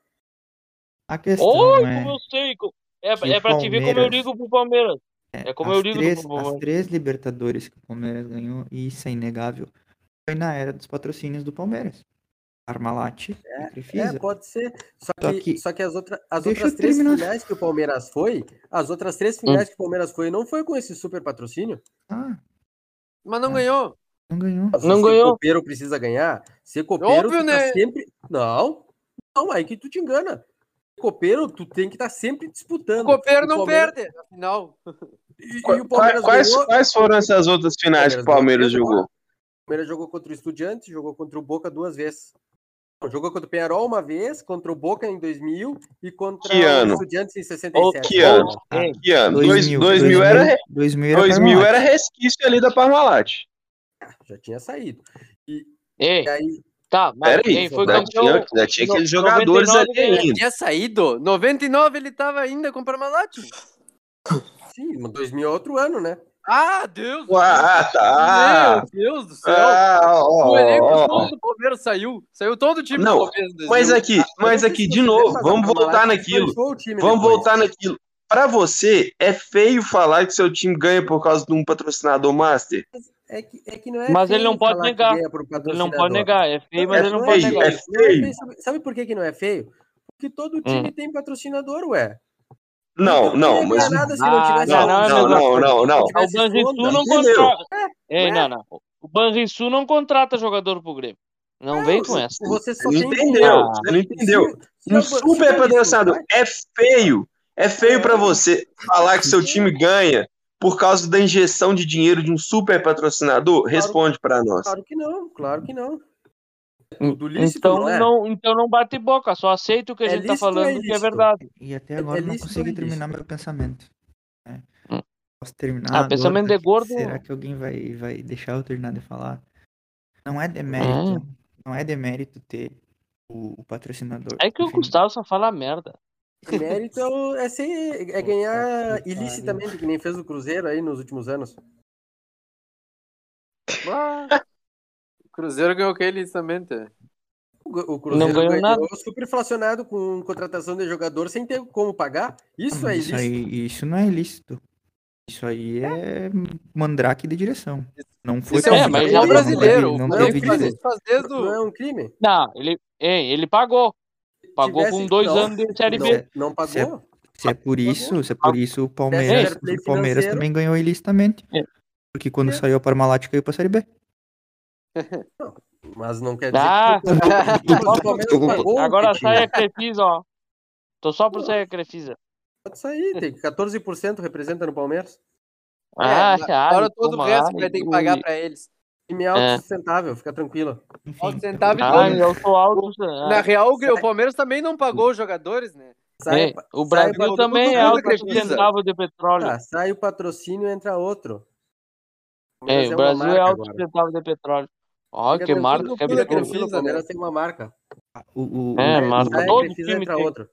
A questão Oi, é né? como eu sei. co- É, que é o pra te ver como eu Palmeiras- ligo pro Palmeiras. É como eu as ligo três, pro as Palmeiras. três Libertadores que o Palmeiras ganhou, e isso é inegável, foi na era dos patrocínios do Palmeiras. Parmalat e É, Crefisa. pode ser. Só Só que, que- só que as, outra, as Deixa outras eu três terminar. finais que o Palmeiras foi, as outras Hum. três finais que o Palmeiras foi, não foi com esse super patrocínio. Ah, Mas não É. ganhou. não ganhou. Nossa, Não se ganhou. copeiro precisa ganhar, ser copeiro, Óbvio, tu tá né? sempre. Não, não, aí que tu te engana. Copeiro, tu tem que estar sempre O disputando. copeiro não Palmeiras- perde, afinal. E, e Qua- o Palmeiras Quais, ganhou. quais foram essas outras finais que o Palmeiras ganhou jogou? agora. O Palmeiras jogou contra o Estudiantes, jogou contra o Boca duas vezes. Não, Jogou contra o Penarol uma vez, contra o Boca em 2000 e contra Que o ano? Estudiantes em 67. Que se não me ano? engano. Ah, Que ano? 2000. 2000 era, 2000 era 2000 Parmalat. era resquício ali da Parmalat. Já tinha saído. E, Ei, e aí, tá, mas Peraí, ei, foi já tinha, campeão. já tinha no- aqueles jogadores 99 ali né? ganhou. ainda. Tinha saído. 99 ele tava ainda com o Parmalat. sim, no 2000 é outro ano, né? Ah, Deus do céu. Ah, tá. Meu Deus do céu. Ah, O elenco é ó, ó, ó. todo do Palmeiras saiu. Saiu todo o time Não, do Palmeiras. em 2000. Mas é aqui, mas Eu não sei aqui, se de você novo, lembra, mas a vamos Parmalat voltar naquilo. desmanchou O time Vamos depois. voltar naquilo. Pra você, é feio falar que seu time ganha por causa de um patrocinador master? É que, é que não é Mas ele não feio pode falar que negar. ganha pro Mas ele não pode patrocinador. negar. É feio, Não, mas ele não não pode feio, negar. é Não é feio. feio. Sabe, sabe por que, que não é feio? Porque Hum. todo time tem patrocinador, ué. Não, Então, não não, ia mas. ganhar nada se não Ah, tivesse já não é a Não, não, mesma patrocinador. não, coisa. não, Se não. É O tivesse Banrisul Honda. não Entendeu? contrata. Ei, não não, é? não. O Banrisul não contrata jogador pro Grêmio. Não vem é com essa. Você só Você não tem um. entendeu, Ah. você não E se, entendeu. o- se a, Um ba- se o super Banrisul patrocinador vai, é feio. É feio pra você falar que seu time ganha por causa da injeção de dinheiro de um super patrocinador? Responde pra nós. claro que não, claro que não. Hum, Tudo lícito, Então não é? não, então não bate boca, só aceita o que a É gente tá lícito ou é falando que é ilícito? verdade. E até É- agora é eu não lícito consegui ou terminar ilícito? meu pensamento. né? Hum. Posso Ah, terminar agora? pensamento de Será gordo. que alguém vai, vai deixar eu terminar de falar? Não é demérito. É, Não é demérito ter o, o patrocinador. é que o Enfim, Gustavo só fala merda. Mérito é, o- é, ser, é Puta ganhar que pariu. ilicitamente, que nem fez o Cruzeiro aí nos últimos anos. Ah, o Cruzeiro ganhou que inicialmente. O Gu- o Não Cruzeiro ganhou nada. ganhou superflacionado com contratação de jogador sem ter como pagar. Isso é Mas Isso ilícito. aí, isso não é ilícito. Isso aí é mandrake de direção. Não foi Isso é um É, pago. mas Não teve, ele- futebol não brasileiro. teve, O não Não é um teve Flamengo crime. faz direito. isso faz desde Não é o... um crime. Não, ele, hein, ele pagou. Pagou Tivesse. então, com dois Não, anos de Série Se não, B. é, não se é, pagou. se é por isso, se é por isso o Tivesse Palmeiras, Ei. fair play o Palmeiras financeiro. também ganhou ilicitamente. É. Porque quando É. saiu a Parmalat caiu pra Série B. Mas não quer dizer que foi Ah, por todo o tô time, mas só o pro... Palmeiras pagou o que Agora sai a tinha. Crefisa, ó. Tô só pro sair a Crefisa. Pode sair, tem 14% representa no Palmeiras. Ah, É, ai, fora todo o como, resto ai, que vai ter que ui. pagar pra eles. Time É. autossustentável, fica tranquilo. Enfim, Alto centavo e Ai, todo. eu sou alto. Na ah. real, o Palmeiras também não pagou os jogadores, né? Sai, Bem, o sai Brasil Paulo, também é sai alto da Crefisa. sustentável de petróleo. Tá, sai o patrocínio, entra outro. Palmeiras Bem, o uma Brasil é marca alto agora. sustentável de petróleo. Olha Fica que tranquilo, marca, que fica absurdo. tranquilo, O Palmeiras né? tem uma marca. Ah, O, o, É, o- mas o Sai a todo Crefisa, time entra tem. outro.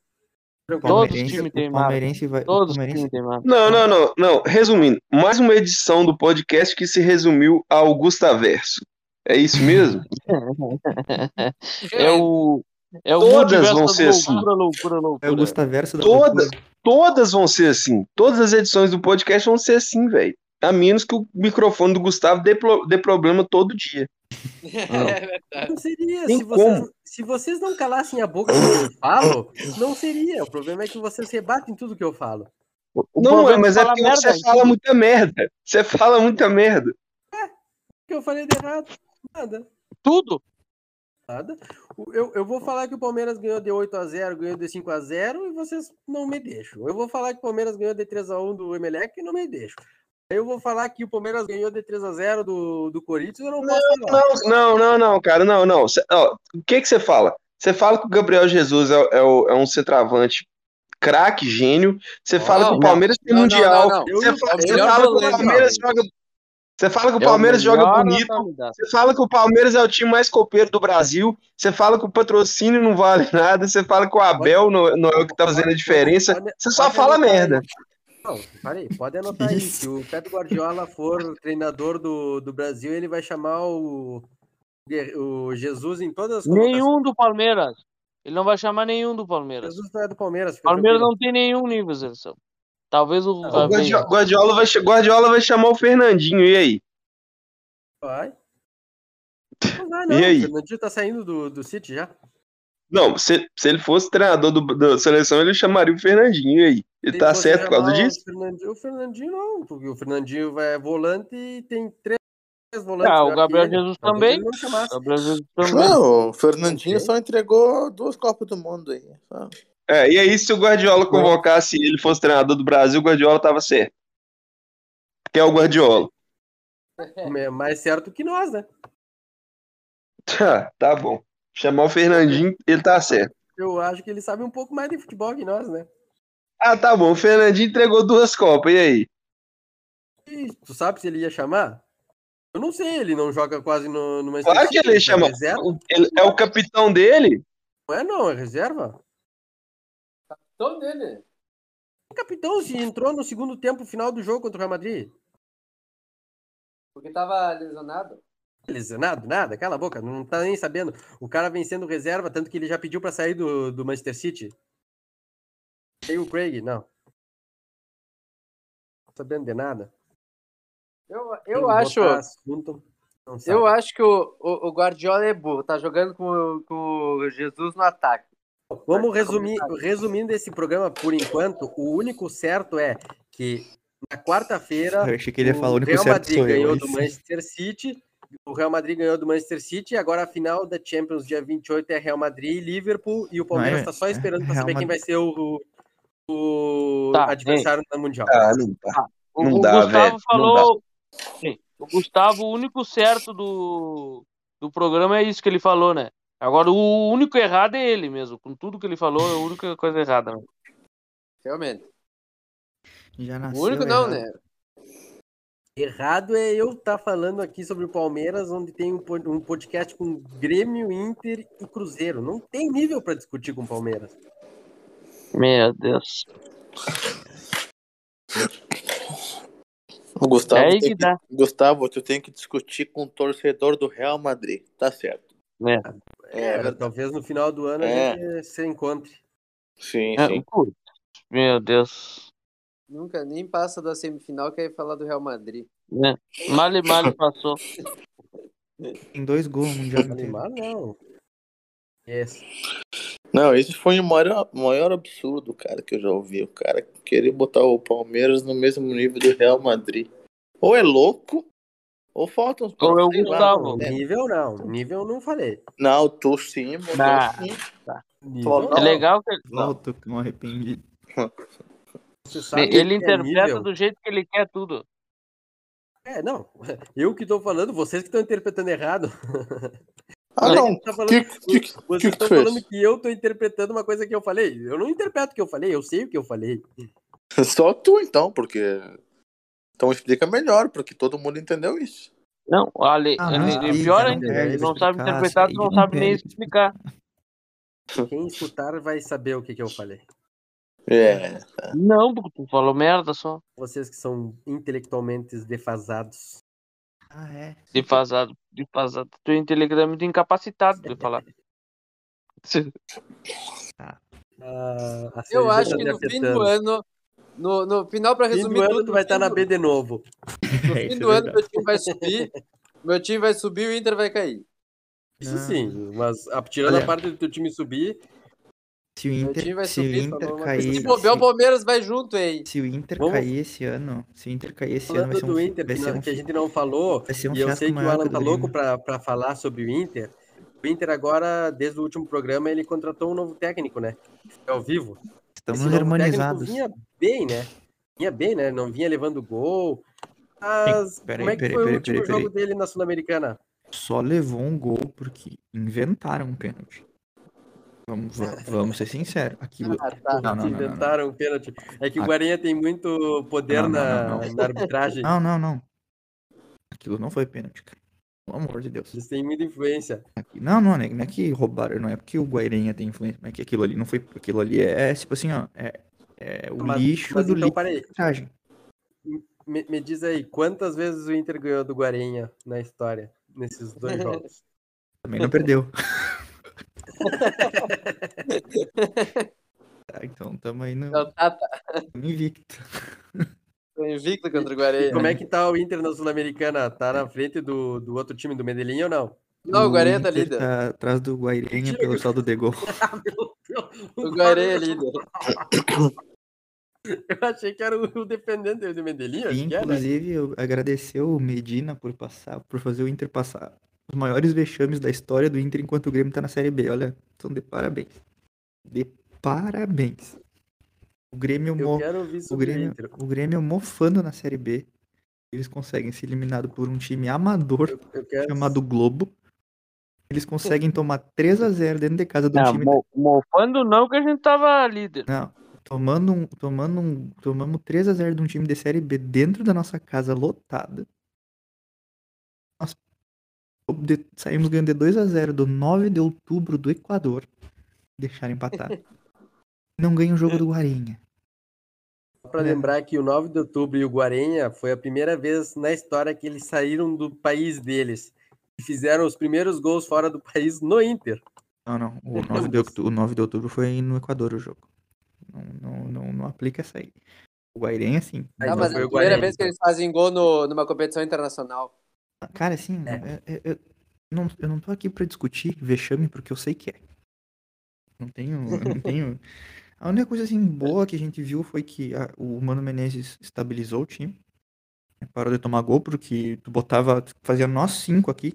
Tranquilo. Todos os palmeirense, times têm o marca. palmeirense vai. O Todos os palmeirense times têm marca. Não, não, não, não. Resumindo, mais uma edição do podcast que se resumiu ao Gustaverso. É isso mesmo? É o. É o Todas multiverso vão da ser assim. loucura, loucura, loucura. é o Gustaverso da Todas, loucura. todas vão ser assim. Todas as edições do podcast vão ser assim, velho. A menos que o microfone do Gustavo dê, pro- dê problema todo dia. Não seria. Tem Se vocês, como. se vocês não calassem a boca quando eu falo, não seria. O problema é que vocês rebatem tudo que eu falo. O não, problema é, mas é falar porque merda, você fala muita merda. Você fala muita merda. O que eu falei de errado? Nada. Tudo. Nada. O- Eu, eu vou falar que o Palmeiras ganhou de 8 a 0 ganhou de 5 a 0 e vocês não me deixam. Eu vou falar que o Palmeiras ganhou de 3 a 1 do Emelec e não me deixam. Eu vou falar que o Palmeiras ganhou de 3 a 0 do, do Corinthians, eu não, posso falar. Não, não, não, cara, não, não. Cê- ó, o que que você fala? Você fala que o Gabriel Jesus é, é o- é um centroavante craque, gênio. Você Não, fala que o não. Palmeiras tem Não, não, mundial. não, não. Você Eu- fa- É o você melhor fala que o volante, Palmeiras joga. Você fala que o É o Palmeiras joga melhor bonito. atualidade. Você fala que o Palmeiras é o time mais copeiro do Brasil. Você fala que o patrocínio não vale nada. Você fala que o Abel não, não é o que tá fazendo a diferença. Pode- Você só pode fala anotar aí. merda. Não, parei, pode anotar aí. Se o Pep Guardiola for treinador do, do Brasil, ele vai chamar o, o Jesus em todas as colocações. Nenhum do Palmeiras. Ele não vai chamar nenhum do Palmeiras. Jesus não é do Palmeiras. fica Palmeiras tranquilo. não tem nenhum nível de seleção. Talvez o O Não, Gabriel. Guardi- Guardiola vai, ch- Guardiola vai chamar o Fernandinho. E aí? Vai. Não vai, E não. aí? O Fernandinho tá saindo do, do City já. Não, se, se ele fosse treinador do, da seleção, ele chamaria o Fernandinho. E aí? Ele Se tá fosse certo por causa chamar disso? O Fernandinho, o Fernandinho não, porque o Fernandinho é volante e tem três volantes Ah, o melhor que Gabriel ele. Jesus Talvez também. ele não O chamasse. Gabriel Jesus também. Não, o Fernandinho Ok. só entregou duas Copas do Mundo aí. só. É, e aí, se o Guardiola convocasse e ele fosse treinador do Brasil, o Guardiola tava certo. Que é o Guardiola. É mais certo que nós, né? Tá, tá bom. Chamar o Fernandinho, ele tá certo. Eu acho que ele sabe um pouco mais de futebol que nós, né? Ah, tá bom. O Fernandinho entregou duas Copas. E aí? E tu sabe se ele ia chamar? Eu não sei, ele não joga quase no, no Manchester Claro que City, ele tá chama. reserva? o- ele- é o capitão dele? Não é não, é reserva. Então dele. O capitão se entrou no segundo tempo final do jogo contra o Real Madrid. Porque tava lesionado. é Lesionado, nada, cala a boca, não tá nem sabendo. O cara vem sendo reserva, tanto que ele já pediu pra sair do, do Manchester City. Tem o Craig, não. Não sabendo de nada. Eu, Quem eu botar acho. assunto, não sabe. Eu acho que o, o, o Guardiola é burro. Tá jogando com, com o Jesus no ataque. Vamos resumir, resumindo esse programa por enquanto, o único certo é que na quarta-feira Eu achei que ele ia falar o o único Real certo Madrid sou eu. ganhou aí do sim. Manchester City. O Real Madrid ganhou do Manchester City. e Agora a final da Champions, dia 28, é Real Madrid e Liverpool. E o Palmeiras é- está só esperando para Real saber quem vai ser o, o- o Tá, adversário da Mundial. Ah, não dá. O, Não o dá, Gustavo velho. Não dá. falou. Sim, O Gustavo, o único certo do, do programa é isso que ele falou, né? Agora, o único errado é ele mesmo. Com tudo que ele falou, é a única coisa errada. né? Realmente. Já O nasceu. único não, errado. né? Errado é eu estar falando aqui sobre o Palmeiras, onde tem um, pod- um podcast com Grêmio, Inter e Cruzeiro. Não tem nível para discutir com o Palmeiras. Meu Deus. O É Gustavo aí tem que Tá, que. dá. Gustavo, tu tem que discutir com o torcedor do Real Madrid. Tá certo. né? É, É, verdade. talvez no final do ano É. a gente se encontre. Sim, É, sim. putz, Meu Deus. Nunca nem passa da semifinal, quer ir falar do Real Madrid. né? Male, male passou. Tem dois gols no Tá mundial inteiro. Animal não. É. Yes. Não, esse foi o maior, maior absurdo, cara, que eu já ouvi. O cara querer botar o Palmeiras no mesmo nível do Real Madrid. Ou é louco, ou faltam uns Ou é o sei lá, Gustavo. Não, é, nível não. Nível não falei. Não, tu sim, mas Nah. eu sim. Nível É não. legal que Não. Volta com arrependido. Você sabe ele, ele o que é interpreta nível? do jeito que ele quer tudo. É, não. Eu que tô falando, vocês que estão interpretando errado. Ah, Olha, não. tá falando- Que, que, tá que, Vocês que estão fez? falando que eu tô interpretando uma coisa que eu falei. Eu não interpreto o que eu falei, eu sei o que eu falei. Só tu, então, porque. Então explica melhor, porque todo mundo entendeu isso. Não, Ale, Ah, Ale- não e explica, pior não ainda, pede ele pra não sabe explicar, interpretar, se ele tu não não sabe nem pede. explicar. Quem escutar vai saber o que, que eu falei. É. Não, porque tu falou merda só. Vocês que são intelectualmente defasados. Ah, é. Defasado, defasado. Tu é intelectualmente incapacitado de falar. Ah, a Eu CLT acho tá que me no fim afetando. do ano, no, no final, pra Fim resumir do ano tudo, tu vai no estar fim na tá do- B de novo. No É, fim isso é do ano, verdade. meu time vai subir. Meu time vai subir e o Inter vai cair. Isso Não. sim, mas ah, tirando a Olha. parte do teu time subir, Se o Meu time vai Inter, se o subir, falou Inter uma cair. né, coisa Se Isso, bobear, o Se, Palmeiras vai junto, hein? se o Inter Vamos- cair esse ano. Se o Inter cair esse ano, vai falando ser um, do fi- Inter, vai que, ser não- um que a fi- gente não falou, vai ser um e eu fiasco sei que o maior Alan que o do tá louco Grêmio. pra pra falar sobre o Inter. O Inter agora, desde o último programa, ele contratou um novo técnico, né? É ao vivo. Estamos Esse novo técnico harmonizados. vinha bem, né? Vinha bem, né? Não vinha levando gol. Mas Peraí, como é que peraí, foi o peraí, último peraí, jogo dele na Sul-Americana? Só levou um gol porque inventaram um pênalti. Vamos, É. va- vamos ser sinceros. Aquilo. Ah, tá. Não, não, não, não. não. Inventaram um pênalti. É que o Ah. Guarinha tem muito poder Não, não, na, não, não. Ah. na arbitragem. Não, não, não. Aquilo não foi pênalti, cara. Pelo amor de Deus. Eles têm muita influência. Aqui- Não, não, né? não é que roubaram, não é porque o Guairinha tem influência, mas é que aquilo ali não foi. Aquilo ali é, é tipo assim, ó. É, é o Mas- lixo mas do então, lixo. da peraí. arbitragem. Me, me diz aí, quantas vezes o Inter ganhou do Guarinha na história, nesses dois jogos? Também não perdeu. Tá, então tamo aí no Então tá, tá. no invicto. Tô invicto contra o Guareia. Como é que tá o Inter na Sul-Americana? Tá na frente do, do outro time do Medellín ou não? é Não, o Guareia tá Inter líder. Tá atrás do Guairinha Mentira pelo que- saldo de gol. O Guareia é líder. Eu achei que era o dependente do Medellín, E, acho que era. inclusive, eu agradecer o Medina por passar, por fazer o Inter passar os maiores vexames da história do Inter enquanto o Grêmio tá na Série B. Olha, são de parabéns. De parabéns. O Grêmio, Eu mo quero ouvir é o, sobre o Grêmio, Inter. o Grêmio mofando na Série B. Eles conseguem ser eliminados por um time amador Eu, eu quero. É. chamado Globo. Eles Uhum. conseguem tomar 3 a 0 dentro de casa de um Ah, Não, time. da- mo- mofando não, que a gente tava líder. Não, tomando um, tomando um, tomamos 3 a 0 de um time de série B dentro da nossa casa lotada. Nós obde- saímos ganhando de 2 a 0 do 9 de outubro do Equador. Deixaram empatado. Não ganha o jogo do Guarinha. Só Pra né? lembrar que o 9 de outubro e o Guarenha foi a primeira vez na história que eles saíram do país deles e fizeram os primeiros gols fora do país no Inter. Não, não. O 9 de, octu- o 9 de outubro foi no Equador o jogo. Não, não, não, não aplica essa aí. O Guairenha, sim. O né? Ah, Ah, então mas é foi a o primeira Guarenha. vez que eles fazem gol no, numa competição internacional. Cara, assim, é- é- eu, não, eu não tô aqui pra discutir vexame, porque eu sei que é. Não tenho, eu não tenho. A única coisa assim boa que a gente viu foi que a- o Mano Menezes estabilizou o time. Parou de tomar gol, porque tu botava, tu fazia nós cinco aqui.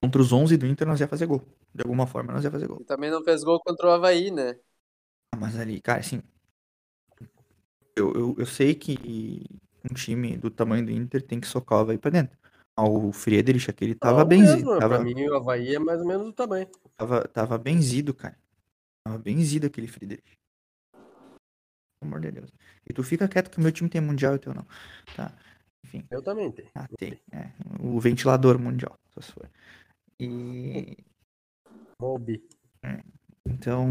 Contra os 11 do Inter, nós ia fazer gol. De alguma forma, nós ia fazer gol. E também não fez gol contra o Havaí, né? Ah, Mas ali, cara, assim, eu, eu, eu sei que um time do tamanho do Inter tem que socar o Havaí pra dentro. Ah, O Friedrich aqui, ele tava Não, benzido. Tá mesmo, pra Tava, mim o Havaí é mais ou menos o tamanho. tava, tava benzido, cara. Tava benzido aquele Friedrich. Pelo amor de Deus. E tu fica quieto que o meu time tem mundial e o teu não. Tá. Enfim. Eu também tenho. Ah, tem. É, o ventilador mundial, só se for. E Mobi. então,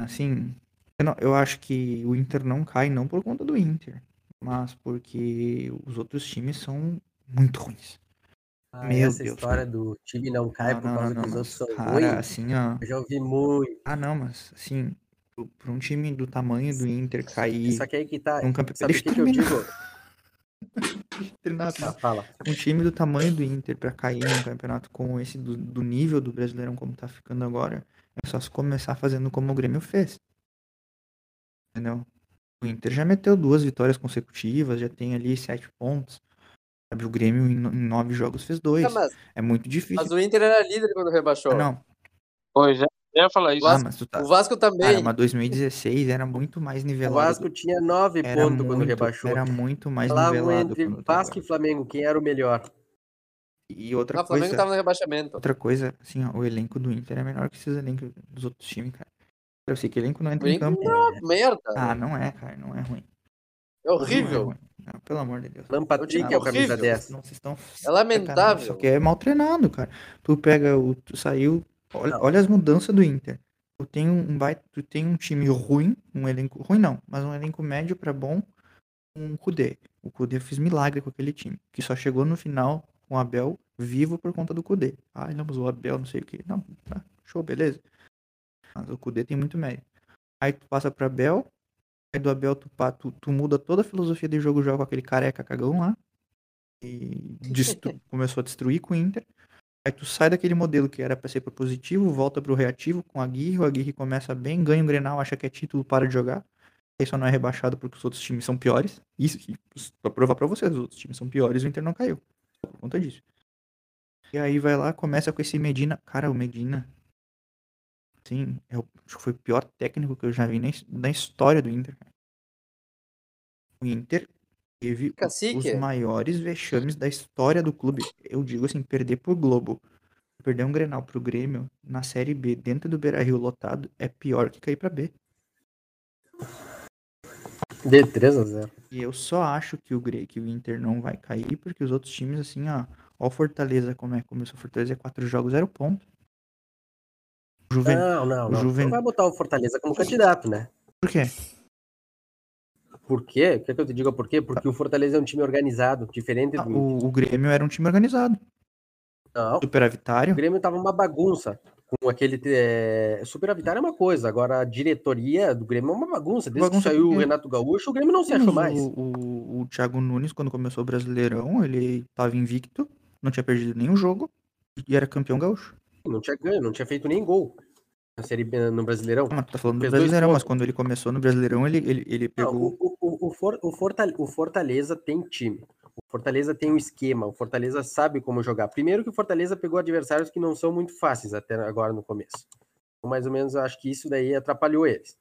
assim, eu, não- eu acho que o Inter não cai não por conta do Inter, mas porque os outros times são muito ruins. Ah, Meu essa Deus, história cara. do time não cai Não, por não, não, causa não, que os mas outros são cara, ruins. assim, ó. Eu já ouvi muito. Ah, não, mas assim, para um time do tamanho do Inter Só cair que aí que tá. num campeonato. Sabe o Deixa eu que, que eu terminar, digo? deixa eu terminar rapidinho. Ah, fala. um time do tamanho do Inter pra cair num campeonato como esse, do, do nível do Brasileirão como tá ficando agora, é só se começar fazendo como o Grêmio fez. Entendeu? O Inter já meteu duas vitórias consecutivas, já tem ali sete pontos. Sabe, o Grêmio em, no- em nove jogos fez Ah, dois. mas, É muito mas difícil. o Inter era líder quando Ah, rebaixou. não. Pois é, eu ia falar O isso. Ah, Vasco, mas tu o tá. Vasco Cara, também. mas 2016 era muito mais O nivelado. Vasco tinha nove Era pontos quando muito, rebaixou. era muito mais Falavam nivelado entre quando tu Vasco agora. e Flamengo, quem era o melhor. E outra Ah, o Flamengo coisa. tava no rebaixamento. Outra coisa, assim, ó, o elenco do Inter é melhor que esses elencos dos outros times, cara. Eu sei que elenco não entra O em campo. Inter é uma merda. Ah, não é, cara, não é ruim. é horrível. Não é ruim. Não, pelo amor de Deus. Lampard time Ah, que é vocês- camisa horrível. 10. Não, vocês estão É lamentável. Só que é mal treinado, cara. Tu pega o. Tu saiu. Olha, olha as mudanças do Inter. Tu tem um baita, tu tem um time ruim, um elenco. Ruim não, mas um elenco médio pra bom com o Kudê. O Kudê fez milagre com aquele time. Que só chegou no final com o Abel vivo por conta do Kudê. Ah, ele usou o Abel, não sei o que. Não, tá, show, beleza. Mas o Kudê tem muito mérito. Aí tu passa pra Abel. Aí do Abel tu, pa- tu, tu muda toda a filosofia de jogo, joga com aquele careca cagão lá e destru- começou a destruir com o Inter. Aí tu sai daquele modelo que era pra ser propositivo, volta pro reativo com a Aguirre, o Aguirre começa bem, ganha o Grenal, acha que é título, para de jogar. Aí só não é rebaixado porque os outros times são piores. Isso, e pra provar pra vocês, os outros times são piores e o Inter não caiu. Por conta disso. E aí vai lá, começa com esse Medina. Cara, o Medina. Sim, é o- acho que foi o pior técnico que eu já vi na, his- na história do Inter. cara. O Inter teve o- Cacique. os maiores vexames da história do clube. Eu digo assim, perder por Globo. Perder um Grenal pro Grêmio na Série B, dentro do Beira-Rio lotado, é pior que cair pra B. De 3 a 0. E eu só acho que o Grêmio, que o Inter não vai cair, porque os outros times, assim, ó. Ó o Fortaleza, como é que começou. o Fortaleza é quatro jogos, zero ponto. Juventude. Não, não, O não. Juven- Não vai botar o Fortaleza como candidato, né? Por quê? Por quê? Quer que eu te diga por quê? Porque o Fortaleza é um time organizado, diferente Ah, do Inter. o, o Grêmio era um time organizado. Não, o Superavitário. Grêmio tava uma bagunça. Com aquele. É... Superavitário é uma coisa, agora a diretoria do Grêmio é uma bagunça. Desde Bagunça que saiu por o quê? Renato Gaúcho, o Grêmio não se Mas achou o- mais. O, o Thiago Nunes, quando começou o Brasileirão, ele tava invicto, não tinha perdido nenhum jogo e era campeão gaúcho. Não tinha ganho, não tinha feito nem gol na série B, no Brasileirão. Ah, mas tu tá falando do Fez dois Brasileirão, mas pontos. quando ele começou no Brasileirão, ele, ele, ele Não, pegou. o, o- o- o For- o Fortale- o Fortaleza tem time. O Fortaleza tem um esquema. O Fortaleza sabe como jogar. Primeiro que o Fortaleza pegou adversários que não são muito fáceis até agora no começo. Então, mais ou menos, eu acho que isso daí atrapalhou eles.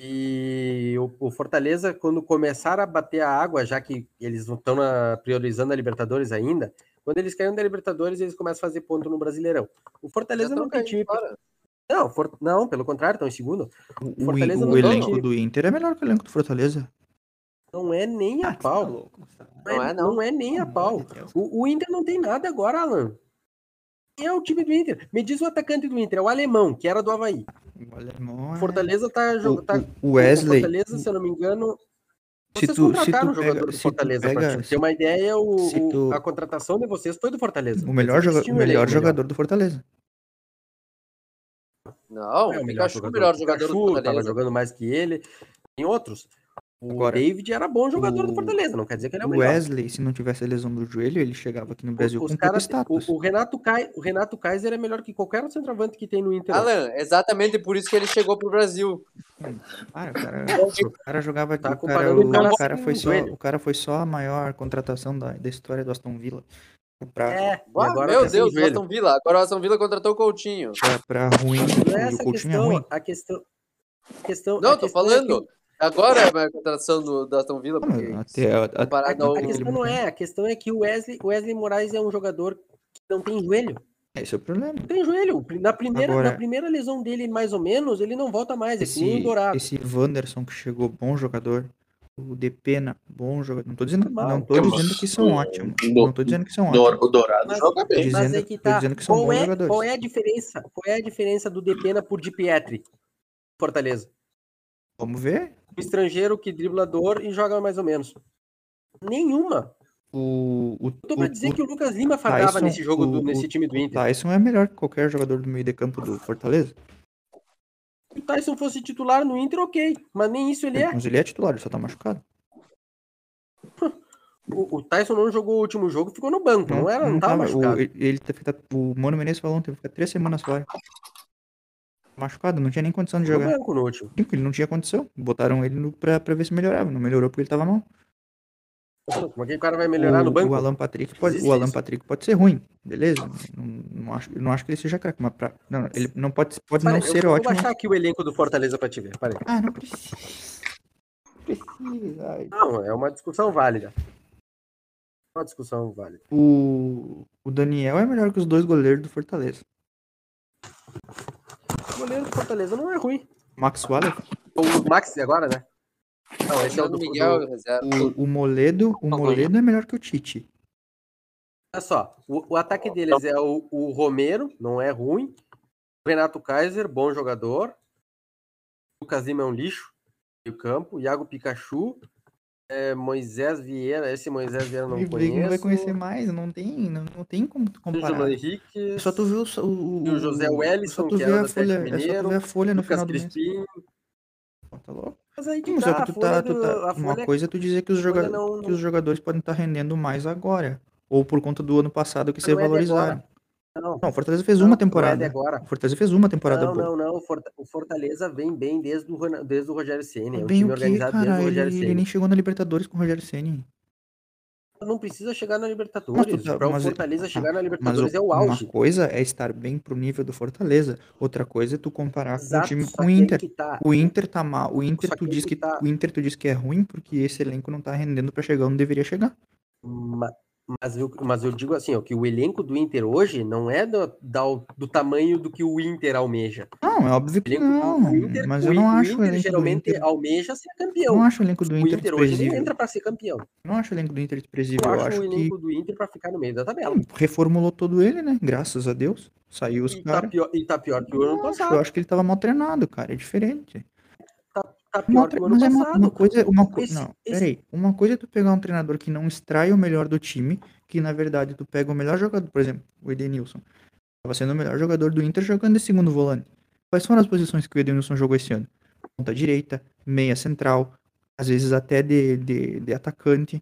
E o, o Fortaleza, quando começar a bater a água, já que eles não estão na- priorizando a Libertadores ainda, quando eles caem da Libertadores, eles começam a fazer ponto no Brasileirão. O Fortaleza Já não tão tem caindo time. pra- fora. Não, For- não, pelo contrário, estão em segundo. O, o, Fortaleza o não tem elenco time. do Inter é melhor que o elenco do Fortaleza. Não é nem a Ah, tu tá pau. louco, tá? Não é, não. não é nem a Pelo pau. amor de Deus. O, o Inter não tem nada agora, Alan. Quem é o time do Inter? Me diz o atacante do Inter, é o alemão, que era do Havaí. O alemão O Ah, é- Fortaleza tá O, jogando. Tá, o- o Wesley. o Fortaleza, se eu não me engano. se Vocês tu- se tu contrataram o pega- jogador do se tu Fortaleza pega- pra ti. Tem uma ideia, o, se o- tu- a contratação de vocês foi do Fortaleza. o melhor, Quer dizer, joga- eles tinham o um melhor elenco jogador do Fortaleza. Não, É o Pikachu é o melhor jogador do Pikachu tava Fortaleza. tá jogando mais que ele. Tem outros. O Agora, David era bom jogador o- do Fortaleza, não quer dizer que ele é o O melhor. Wesley, se não tivesse a lesão do joelho, ele chegava aqui no Brasil os com pouco cara, status. o, o Renato Kai, o Renato Kaiser é melhor que qualquer centroavante que tem no Inter. hoje. Alan, exatamente por isso que ele chegou pro Brasil. Cara, o cara, Então, o cara jogava. o, Tá cara, é comparando o, um cara cara sem foi só, joelho. o cara foi só a maior contratação da, da história do Aston Villa. Pra, É, e Ah, agora meu tá sem Deus, o joelho. Aston Villa. Agora o Aston Villa contratou o Coutinho. pra, pra ruim. Não é E o essa a Coutinho é ruim. questão, a questão, a questão. um Não, a tô questão é falando. que- Agora é a contratação do, do Aston é Villa, Ah, mas porque Até, a- a- comparado a, ao... a questão não é, a questão é que o Wesley, o Wesley Moraes é um jogador que não tem joelho. esse é o problema. Não tem joelho. Na primeira, Agora- na primeira lesão dele, mais ou menos, ele não volta mais. É que nem o Esse, Dourado. esse Wanderson que chegou, bom jogador. O Depena, bom jogador. Não tô dizendo, Mal. não tô Temos dizendo que são o- ótimos. do- Não tô dizendo que são ótimos. Dor- O Dourado Mas- joga bem. dizendo- Mas é que tô tá. dizendo que são qual, bons é, jogadores. qual é a diferença? Qual é a diferença do Depena por Di Pietri? Fortaleza. Vamos ver. Um estrangeiro que driblador e joga mais ou menos. Nenhuma. O, o, Eu tô pra o- dizer o que o Lucas Lima fardava Tyson, nesse jogo, do- o- nesse time do o Inter. Tyson é melhor que qualquer jogador do meio de campo do Fortaleza. Se o Tyson fosse titular no Inter, ok. Mas nem isso ele é. Mas ele é titular, ele só tá machucado. O, o Tyson não jogou o último jogo, ficou no banco. Não, era, não tava tava- machucado. O, ele, ele tá- tá- o Mano Menezes falou ontem, fica três semanas fora. Machucado, não tinha nem condição de Ficou jogar. no banco no último. Sim, Ele não tinha condição. Botaram ele no, pra, pra ver se melhorava. Não melhorou porque ele tava mal. Como é que o cara vai melhorar o, no banco? o Alan Patrick pode, Existe o Alan isso. Patrick pode ser ruim, beleza? Não, não acho, eu não acho que ele seja craque, mas pra- não, ele não pode, pode Pera não aí, eu, ser eu vou ótimo. baixar aqui o elenco do Fortaleza pra te ver. Pera aí. Ah, não precisa. Precisa. ai. Não, é uma discussão válida. uma discussão válida. O, o Daniel é melhor que os dois goleiros do Fortaleza. O goleiro do Fortaleza não é ruim. Max Waller, O Maxi agora, né? Não, esse é o do, Miguel, do- reserva. o, o Moledo, o Moledo é melhor que o Tite. Olha só, o, o ataque deles é o, o Romero, não é ruim. O Renato Kaiser, bom jogador. Lucas Lima é um lixo. E o campo. Iago Pikachu. é, Moisés Vieira. Esse Moisés Vieira eu não Não, conheço. não vai conhecer mais, não tem, não, não tem como tu Ângelo comparar. Henrique. É só tu ver o, o, E o José Wellington, só tu que ver era a do folha, Atlético é só tu ver a folha no Lucas final do mês. Crispim. Pô, tá louco? Mas aí que Mas tá, é que a tu folha tá, tu do, tá, a uma folha coisa é tu dizer que os, folha joga- não- que os jogadores podem estar rendendo mais agora, ou por conta do ano passado que Mas se não é de valorizaram. não, Não, o Fortaleza fez Não, não é uma de temporada. agora. O Fortaleza fez uma temporada Não, boa. não, não. O Forta- O Fortaleza vem bem desde o, Rona- desde o Rogério Ceni. É um Bem time o que, organizado desde cara? o Ele, Rogério ele Ceni. nem chegou na Libertadores com o Rogério Ceni. Não precisa chegar na Libertadores. tá- Para o mas- Fortaleza ah, chegar na Mas Libertadores o- é o uma auge. coisa é estar bem pro nível do Fortaleza, outra coisa é tu comparar Exato. com o time só com o que aí Inter. que tá. O Inter tá mal, o Inter Só tu que aí diz que que tá. o Inter tu diz que é ruim porque esse elenco não tá rendendo pra chegar onde deveria chegar. Ma- Mas eu, mas eu digo assim, ó, que o elenco do Inter hoje não é do, da- do tamanho do que o Inter almeja. Não, é óbvio O que elenco- não, o Inter, mas o eu In- não o acho o Inter elenco do geralmente Inter, almeja ser campeão. não acho o elenco do o Inter Inter hoje não desprezível. entra para ser campeão. Não acho o elenco do Inter desprezível, eu Eu acho, o acho que elenco do Inter para ficar no meio da tabela. hum, reformulou todo ele, né? Graças a Deus. Saiu os E tá, caras. pior, e tá pior que o ano Eu passado. acho que ele tava mal treinado, cara, é diferente. Tá Uma pior outra- que o ano mas é uma, passado. uma coisa, uma co- Esse- não, esse- peraí, uma coisa é tu pegar um treinador que não extrai o melhor do time, que na verdade tu pega o melhor jogador, por exemplo, o Edenilson, tava sendo o melhor jogador do Inter jogando de segundo volante. Quais foram as posições que o Edenilson jogou esse ano? Ponta direita, meia central, às vezes até de, de, de atacante.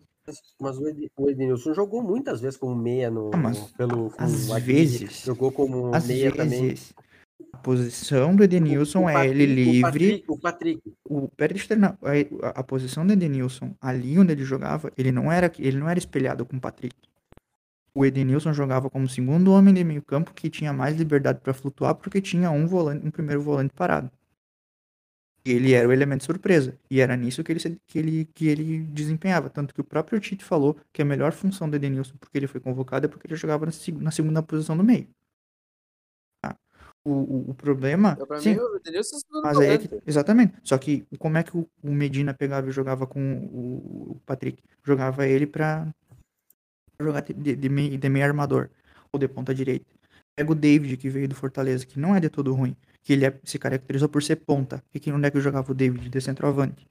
Mas o Ed- o Edenilson jogou muitas vezes como meia no, Ah, mas pelo com às o Aguirre, vezes, jogou como Às meia vezes, também. a posição do Edenilson é ele livre, O Patrick, o Patrick, o pera, deixa eu terminar. Aí, A, a posição do Edenilson, ali onde ele jogava, ele não era ele não era espelhado com o Patrick. O Edenilson jogava como segundo homem de meio campo que tinha mais liberdade para flutuar porque tinha um volante, um primeiro volante parado. E ele era o elemento surpresa e era nisso que ele se- que ele que ele desempenhava, tanto que o próprio Tite falou que a melhor função do Edenilson porque ele foi convocado é porque ele jogava na, seg- na segunda posição do meio. tá? O, o, o problema, Então, pra sim, mim, o Edenilson é segundo Mas aí é volante. que. Exatamente. Só que como é que o o Medina pegava e jogava com o o Patrick? Jogava ele pra jogar de, de, de meio, de meio armador ou de ponta direita. Pega o David, que veio do Fortaleza, que não é de todo ruim, que ele é- se caracterizou por ser ponta. E que onde é que jogava o David? De centroavante.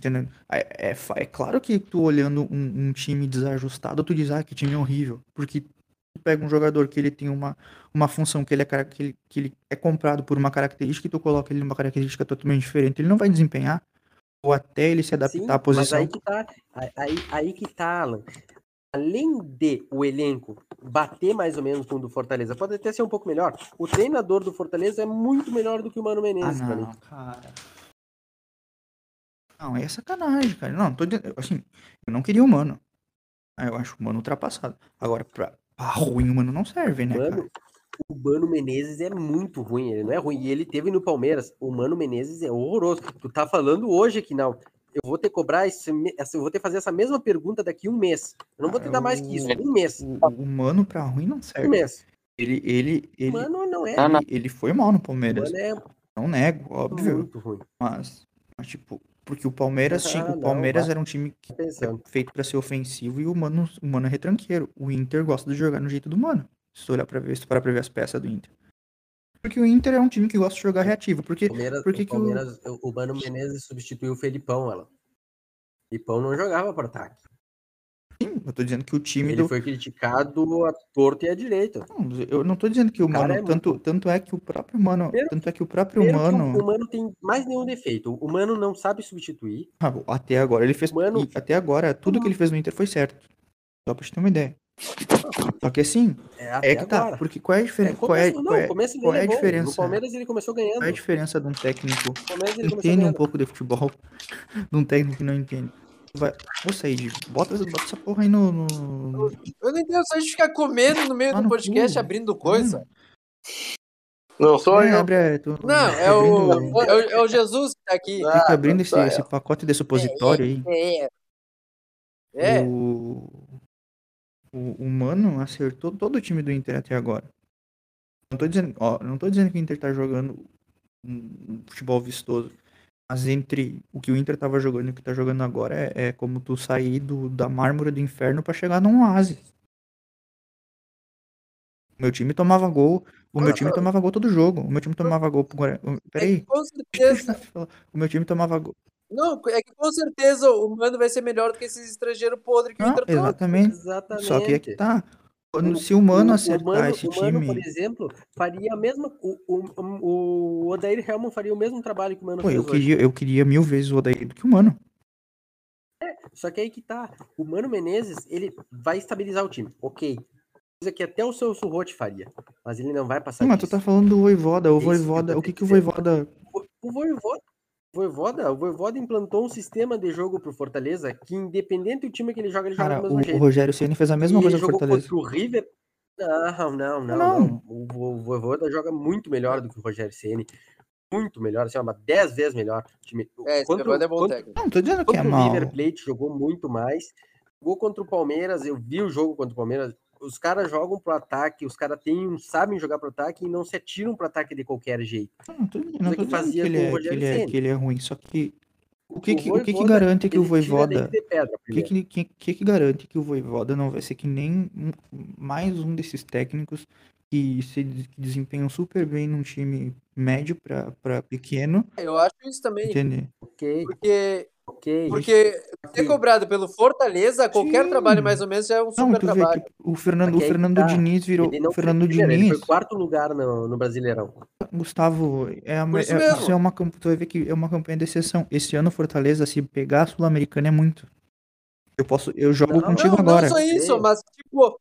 Entendendo? É, é, fa- é claro que tu olhando um, um time desajustado, tu diz, ah, que time horrível. Porque tu pega um jogador que ele tem uma, uma função que ele, é, cara- que, ele, que ele é comprado por uma característica e tu coloca ele numa característica totalmente diferente, ele não vai desempenhar. Ou até ele se adaptar sim, à mas posição. aí que tá, aí, aí, aí que tá, Alan. Além de o elenco bater mais ou menos com o do Fortaleza, pode até ser um pouco melhor. O treinador do Fortaleza é muito melhor do que o Mano Ah, Menezes, pra mim. não, cara. Não, é sacanagem, cara. Não, tô dizendo, assim, eu não queria o Mano. Ah, Eu acho o Mano ultrapassado. Agora, pra, pra ruim o Mano não serve, né, cara? Mano, o Mano Menezes é muito ruim, ele não é ruim. E ele teve no Palmeiras. O Mano Menezes é horroroso. Tu tá falando hoje que não. Eu vou ter que cobrar esse, me- essa- eu vou ter que fazer essa mesma pergunta daqui um mês. Eu não vou te Ah, dar mais que isso. o- Um mês. O, o Mano pra ruim não Um serve. mês. Ele, ele, O ele, Mano não é. Ah, não. ele, ele foi mal no O Palmeiras. Mano Uhum. é Não nego, óbvio. muito ruim. Tá Mas, mas, tipo, porque o Palmeiras tinha, Ah, o não, Palmeiras vai. era um time que Tá pensando. é feito pra ser ofensivo e o Mano, o Mano é retranqueiro. O Inter gosta de jogar no jeito do Mano. Se tu olhar pra ver, se tu parar pra ver as peças do Inter. Porque o Inter é um time que gosta de jogar reativo. Porque, Palmeiras, porque o, que o, Palmeiras, o Mano Menezes substituiu o Felipão, ela. Felipão não jogava para ataque. sim, eu tô dizendo que o time Ele do. foi criticado à torta e à direita. Não, Eu não tô dizendo que o O cara Mano. é tanto, tanto é que o próprio Mano. Primeiro- Tanto é que o próprio Primeiro que Mano. o humano tem mais nenhum defeito. O humano não sabe substituir. Ah, bom, Até agora ele fez. Mano- e até agora, tudo que ele fez no Inter foi certo. Só pra te ter uma ideia. Só que assim, É é até que tá. agora. Porque qual é a É, diferença? Qual é, começo, não, qual é, o começo qual dele é a é bom. No diferença? Palmeiras ele começou ganhando. Qual é a diferença de um técnico No Palmeiras ele que começou entende um ganhando. pouco de futebol, de um técnico que não entende? Vai, ô Said, bota, bota essa porra aí no. no- no- Eu não entendo só a gente ficar comendo no meio Lá do no podcast, cu. abrindo coisa. Não, só É, eu. abre, é, tu, Não, fica é o, abrindo, é o, é o Jesus que tá aqui. Ah, fica abrindo esse, tá, esse é. pacote de supositório aí. É, é. É, O... o o Mano acertou todo o time do Inter até agora. Não tô dizendo, ó, não tô dizendo que o Inter tá jogando um um futebol vistoso. Mas entre o que o Inter tava jogando e o que tá jogando agora é, é como tu sair do, da mármore do inferno pra chegar num oásis. O meu time tomava gol. O meu time tomava gol todo jogo. O meu time tomava gol pro Guarani. é que Peraí. com deixa certeza. eu falar. O meu time tomava gol. Não, é que com certeza o Mano vai ser melhor do que esses estrangeiros podres que o Não, Inter trouxe. Ah, exatamente. Exatamente. Hum, Só que é que tá. Quando, O- se o Mano o- acertar o Mano- esse o Mano, por time. exemplo, faria a mesma. O, o, o Odair Helman faria o mesmo trabalho que o Mano Pô, fez eu hoje. queria, eu queria mil vezes o Odair do que o Mano. Só que aí que tá. O Mano Menezes, ele vai estabilizar o time. Ok. Coisa que até o seu Surrote faria. Mas ele não vai passar Não, mas tu disso. tá falando do Voivoda. O isso que eu tô Voivoda. O que, te que o dizendo. Voivoda. O- O Voivoda, o Voivoda, o Voivoda implantou um sistema de jogo pro Fortaleza que, independente do time que ele joga, ele Cara, joga do o, mesmo o jeito. Rogério Ceni fez a mesma e coisa ele com o jogou Fortaleza. contra o River. Não, não, Não. não, não. O, o, o Voivoda joga muito melhor do que o Rogério Ceni, muito melhor, assim, ó, mas 10 vezes melhor. O time. É, esse contra, o- Voivoda é bom contra, técnico. Não, tô dizendo que é contra o mal. River Plate jogou muito mais. Jogou contra o Palmeiras, eu vi o jogo contra o Palmeiras. Os caras jogam pro ataque, os caras têm um, sabem jogar pro ataque e não se atiram pro ataque de qualquer jeito. Não, tô, não tô Coisa que dizendo que fazia ele, com o é, que, Rogério ele é, Ceni. que ele é ruim, só que o que, O que, o que, que Voivoda, garante que o ele tira Voivoda. leite de pedra O que, primeiro. que, que, que que garante que o Voivoda não vai ser que nem um- mais um desses técnicos que se des- que desempenham super bem num time médio pra pra pequeno, É, Eu acho isso também, entende? Ok, porque, ok. porque ser cobrado pelo Fortaleza, qualquer Sim. trabalho mais ou menos já é um Não, e super tu vê que trabalho. o Fernando, Só o que aí que Fernando tá. Diniz virou. Ele O não foi Fernando primeiro, ele foi Diniz, quarto lugar no, no Brasileirão. Gustavo, é, a- Por isso é- mesmo. isso é uma camp- tu vai ver que é uma campanha de exceção. Esse ano o Fortaleza, se pegar a Sul-Americana, é muito. Eu posso, eu jogo Não, contigo Não, não agora. só isso, Creio. mas tipo,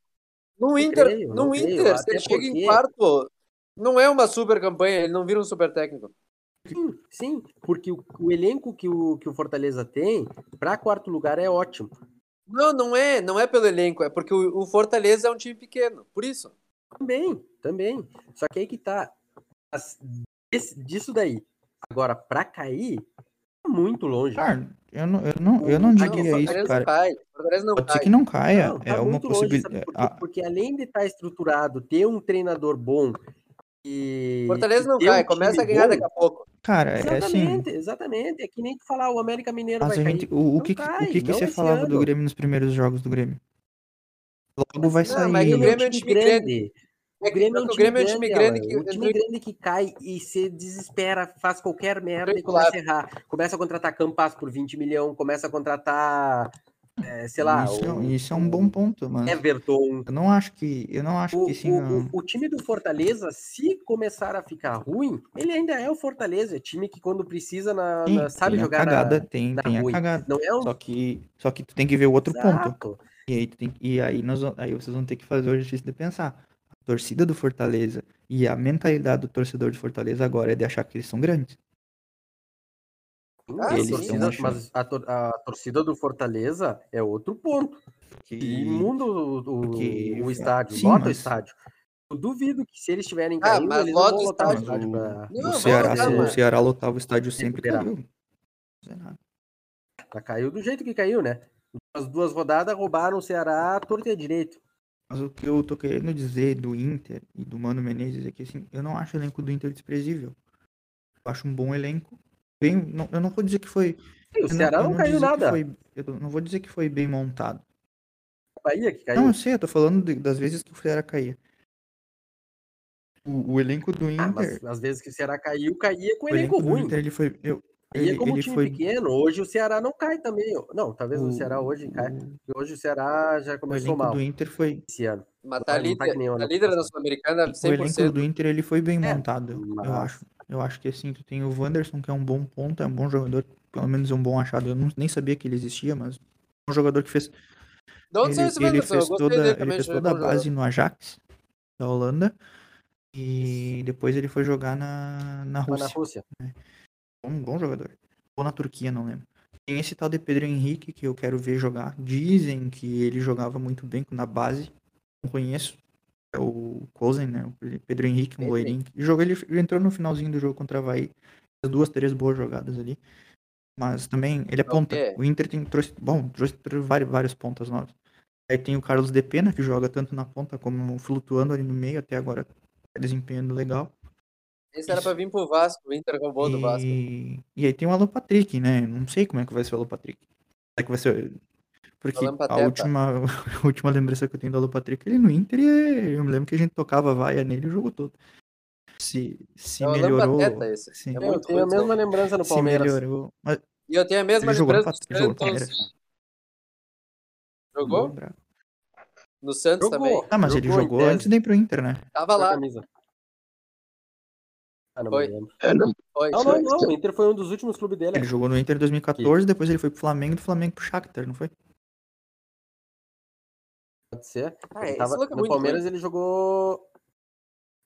no Inter, creio, não no creio, Inter, se até ele chega em porque- quarto, não é uma super campanha, ele não vira um super técnico. Sim, sim, porque o, o elenco que o, que o Fortaleza tem, para quarto lugar é ótimo. Não, não é, não é pelo elenco, é porque o, o Fortaleza é um time pequeno, por isso. Também, também. Só que aí que tá. Mas desse- disso daí. Agora, para cair, tá muito longe. Cara, eu não, eu não, eu O- não a Não, o diria questão- isso, Fortaleza cara. cai, o Fortaleza não Pode ser cai. que não caia. Não, tá é uma muito longe, sabe possibilidade. por quê? Porque além de estar estruturado, ter um treinador bom e O Fortaleza e não ter um cai, começa a time ganhar bom, daqui a pouco. Cara, é assim. Exatamente, exatamente. É que nem tu falar, o América Mineiro Mas a vai cair. gente, o, o Não que, que- o cai, que que não você esse falava do ano. Grêmio nos primeiros jogos do Grêmio? Logo Mas vai não, Não, mas é que o ele é um sair. Grêmio é um time time grande. grande. É O que, Grêmio é só um que o time Grêmio é um time grande, Alan. grande que O time entrou em grande que cai e se desespera, faz qualquer merda e quadrangular. começa a errar. Começa a contratar Campas por 20 milhões, começa a contratar, eh, sei lá, Isso, é um- o, isso é um bom ponto, mas Everton. eu não acho que, eu não acho O, que assim. o, ah, o, o time do Fortaleza, se começar a ficar ruim, ele ainda é o Fortaleza. É time que quando precisa, na, Sim, na- sabe tem a jogar cagada, na, tem, na tem a ruim. cagada. Não é um Só que, só que tu tem que ver o outro ponto. Exato. E aí, tu tem, e aí, nós, vamos- aí vocês vão ter que fazer o exercício de pensar. A torcida do Fortaleza e a mentalidade do torcedor de Fortaleza agora é de achar que eles são grandes. Ah, a Eles sim. estão torcida, achando mas a, tor- a torcida do Fortaleza é outro ponto. E que. imundo o, Porque. o, o estádio, Sim, lota o mas. estádio. Eu duvido que se eles estiverem Ah, caindo, mas eles não lota vão o lotar o Mas estádio. estádio o, pra, o Não, vão Ceará, né, lotar, se o mano. Ceará lotava o É estádio sempre recuperar. caiu. Não é nada. Mas Caiu do jeito que caiu, né? As duas rodadas roubaram o Ceará à torta e à direito. Mas o que eu tô querendo dizer do Inter e do Mano Menezes é que assim, eu não acho o elenco do Inter desprezível. Eu acho um bom elenco. Bem, não- eu não vou dizer que foi. E o Eu não, Ceará eu não não caiu dizer que nada. foi. Eu não vou dizer que foi bem montado. A Bahia que Não, caiu. eu sei, eu tô falando de- das vezes que o Ceará caía. O, o elenco do Ah, Inter. mas às vezes que o Ceará caiu, caía com O elenco elenco do ruim. Inter, ele foi. Eu, Aí é ele, como ele time foi. pequeno. Hoje o Ceará não cai também. Não, talvez o Ceará hoje caia. o, porque Hoje o Ceará já o começou elenco do mal Inter foi. esse ano. Mas Não tá, tá não tá que líder, nem o tá ano líder da passado. Sul-Americana O elenco 100%. do Inter ele foi bem É, montado, eu mas acho. Eu acho que assim, tu tem o Wanderson, que é um bom ponto, é um bom jogador, pelo menos é um bom achado. Eu não, nem sabia que ele existia, mas é um jogador que fez De onde ele, saiu esse ele Wanderson? Eu fez gostei dele toda, ele também, fez achei ele toda a bom jogador. base no Ajax da Holanda e depois ele foi jogar na, na tá na Rússia. Rússia. Um bom jogador. Ou na Turquia, não lembro. Tem esse tal de Pedro Henrique que eu quero ver jogar. Dizem que ele jogava muito bem na base. Não conheço. É o Cozen, né? O Pedro Henrique, um Pedro loirinho. Ele, jogou, ele entrou no finalzinho do jogo contra o Havaí. Fez duas, três boas jogadas ali. Mas também ele é Não, ponta. é. O Inter tem, trouxe, bom, trouxe, trouxe vários, vários pontas novos. Aí tem o Carlos De Pena, que joga tanto na ponta como flutuando ali no meio, até agora tá desempenhando legal. Esse era pra vir pro Vasco, o Inter roubou do Vasco. E... e aí tem o Alan Patrick, né? Não sei como é que vai ser o Alan Patrick. Será que vai ser. Porque Alan a Pateta. última, a última lembrança que eu tenho do Alan Patrick, ele no Inter, e eu me lembro que a gente tocava vaia nele o jogo todo. Se, se É o Alan melhorou. Pateta esse. Sim, É Eu muito tenho a ruim, mesma lembrança no se Palmeiras. melhorou. Mas E eu tenho a mesma Ele jogou no lembrança Pat- ele jogou no do Santos. Palmeiras? Jogou? Bravo. No Santos Jogou. também. Ah, mas ele Jogou em jogou tese. antes de ir pro Inter, né? Tava Com a Tá lá. camisa. Ah, não Foi. me lembro. É, não, Foi. Não, não, não. O Inter foi um dos últimos clubes É. dele. Ele jogou no Inter em 2014, depois ele foi pro Flamengo, do Flamengo pro Shakhtar, não foi? Pode ser. Ah, Ele é, tava- esse louco é no muito Palmeiras ele jogou.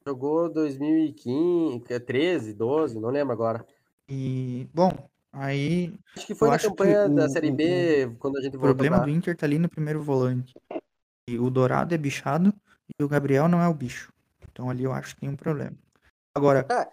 Jogou 2015, 13, 12, não lembro agora. E, bom, aí Acho que foi Eu na acho que campanha da o- Série o- B, quando a gente o voltou problema pra... do Inter tá ali no primeiro volante. E o Dourado é bichado e o Gabriel não é o bicho. Então ali eu acho que tem um problema. Agora, Tá.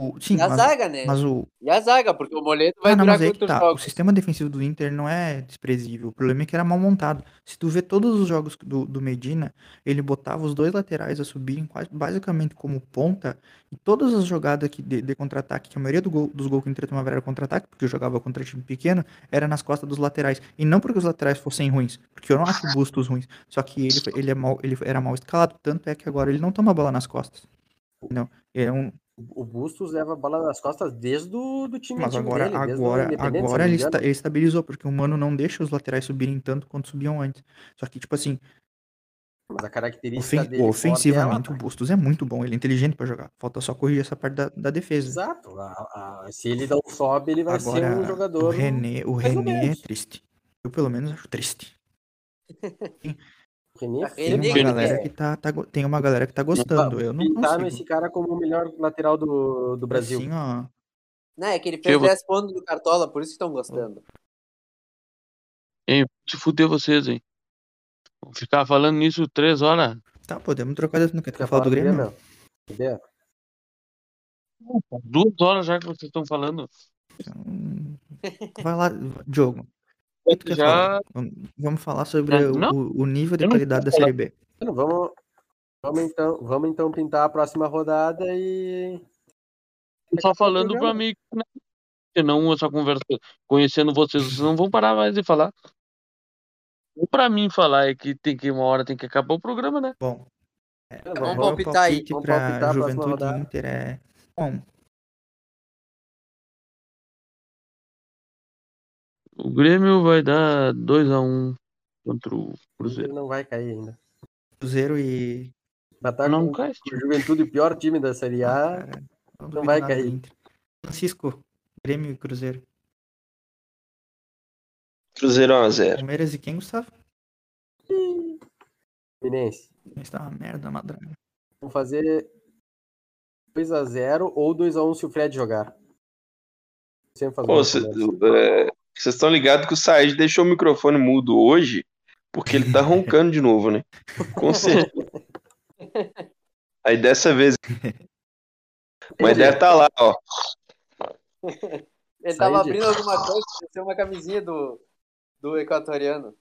o- sim, E a mas, zaga, né? mas o, E a zaga, porque o Moledo vai ah, não, durar mas aí que quantos tá. O jogos? sistema defensivo do Inter não é desprezível. O problema é que era mal montado. Se tu vê todos os jogos do, do Medina, ele botava os dois laterais a subirem quase, basicamente como ponta. E todas as jogadas que de, de contra-ataque, que a maioria do gol- dos gols que o Inter tomava era contra-ataque, porque jogava contra time pequeno, era nas costas dos laterais. E não porque os laterais fossem ruins, porque eu não acho o Bustos ruins. Só que ele, foi- ele, é mal, ele era mal escalado. Tanto é que agora ele não toma bola nas costas. Não, é um, O Bustos leva a bola nas costas desde o do time mas antigo agora, dele, desde tá o agora, Independente, se eu agora não ele, me esta- engano. ele estabilizou, porque o Mano não deixa os laterais subirem tanto quanto subiam antes. Só que, tipo assim, Mas a característica ofen- dele forte ofensivamente o é ela. Bustos é muito bom, ele é inteligente pra jogar. Falta só corrigir essa parte da, da defesa. Exato. A- a- se ele não sobe, ele vai ser um Agora, o jogador... René, o mais ou René é menos. triste. Eu, pelo menos, acho triste. O René A feio. Tem René uma que galera é. que tá, tá go- tem uma galera que tá gostando. Eu não Pintaram consigo. esse cara como o melhor lateral do, do Brasil. Assim, ó, Não, é que ele fez Chego. 10 pontos no Cartola, por isso que estão gostando. Hein, se fuder vocês, hein? Vou ficar falando nisso três horas. tá, podemos trocar de... Não quer Quer falar do Grêmio? Entendeu? Duas horas já que vocês estão falando. Hum, Vai lá, Diogo. O que tu quer Já- falar? Vamos- Vamos falar sobre Não, o- não. o, o nível de Eu não qualidade da quero Série B. Bueno, vamos, vamos, então, vamos então pintar a próxima rodada e. Só falando pra mim, né? senão essa conversa, conhecendo vocês, vocês não vão parar mais de falar. O pra mim falar é que tem que uma hora tem que acabar o programa, né? Bom, Tá Vamos qual é o palpitar aí, palpite vamos palpitar para a próxima Juventude e rodada. Inter? É... Bom, O Grêmio vai dar 2 a 1 um contra o Ele Cruzeiro. não vai cair ainda. Cruzeiro e... Matar Não com, cai, com o Juventude, o pior time da Série Ah, A. cara, não não duvido vai nada do cair. Inter. Francisco, Grêmio e Cruzeiro. Cruzeiro 1x0. Palmeiras e quem, Gustavo? Fluminense. Está tá uma merda, uma draga. Vamos fazer 2x0 ou 2x1 se o Fred jogar. Sempre faz Pô, gol no cê- Palmeiras. é, vocês estão ligados que o Said deixou o microfone mudo hoje porque ele tá roncando de novo, né? Com certeza. Aí dessa vez. Mas deve tá lá, ó. Ele Saí tava de- abrindo alguma coisa, parecia uma camisinha do, do equatoriano.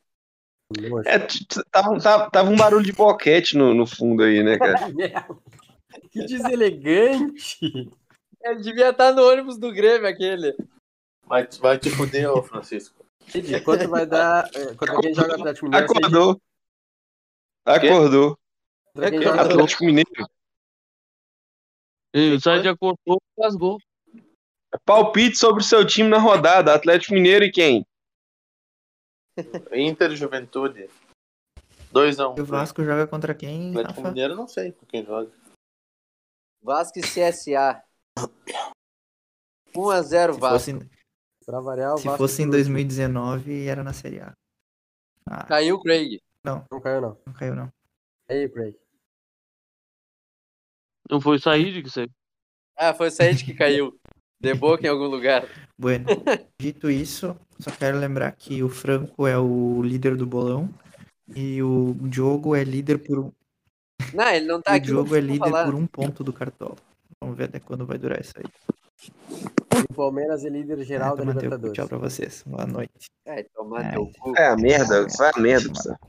É, t- t- tava, tava- tava um barulho de boquete no, no fundo aí, né, cara? Que deselegante! Ele devia estar no ônibus do Grêmio, aquele. Vai, vai te fuder, ô Francisco. Gente, quanto vai dar. eh, Contra quem joga Atlético assim, Mineiro? Contra Acordou. Acordou. quem joga Acordou. Atlético Mineiro. E Quem o Said foi? acordou e rasgou. Palpite sobre o seu time na rodada. Atlético Mineiro e quem? Inter e Juventude. 2x1. é, E o Vasco joga contra quem, Atlético Rafa? Mineiro, não sei com quem joga. Vasco e CSA. 1x0 Se Vasco. fosse, Pra variar, o se Vasco fosse em por último. 2019, era na Série A. Ah, Caiu o Craig. Não caiu, não. não caiu não. Aí, Craig. Não foi o Said que saiu. Ah, foi o Said que caiu. De boca em algum lugar. Bueno, dito isso, só quero lembrar que o Franco é o líder do bolão e o Diogo é líder por um, Não, ele não tá o aqui. não Diogo é precisa líder falar. por um ponto do Cartola. Vamos ver até quando vai durar isso aí. O Palmeiras é líder geral Então, da Mateus, Libertadores. Tchau pra vocês. Boa noite. É, tomar É. teu cu. É a merda, vai a merda.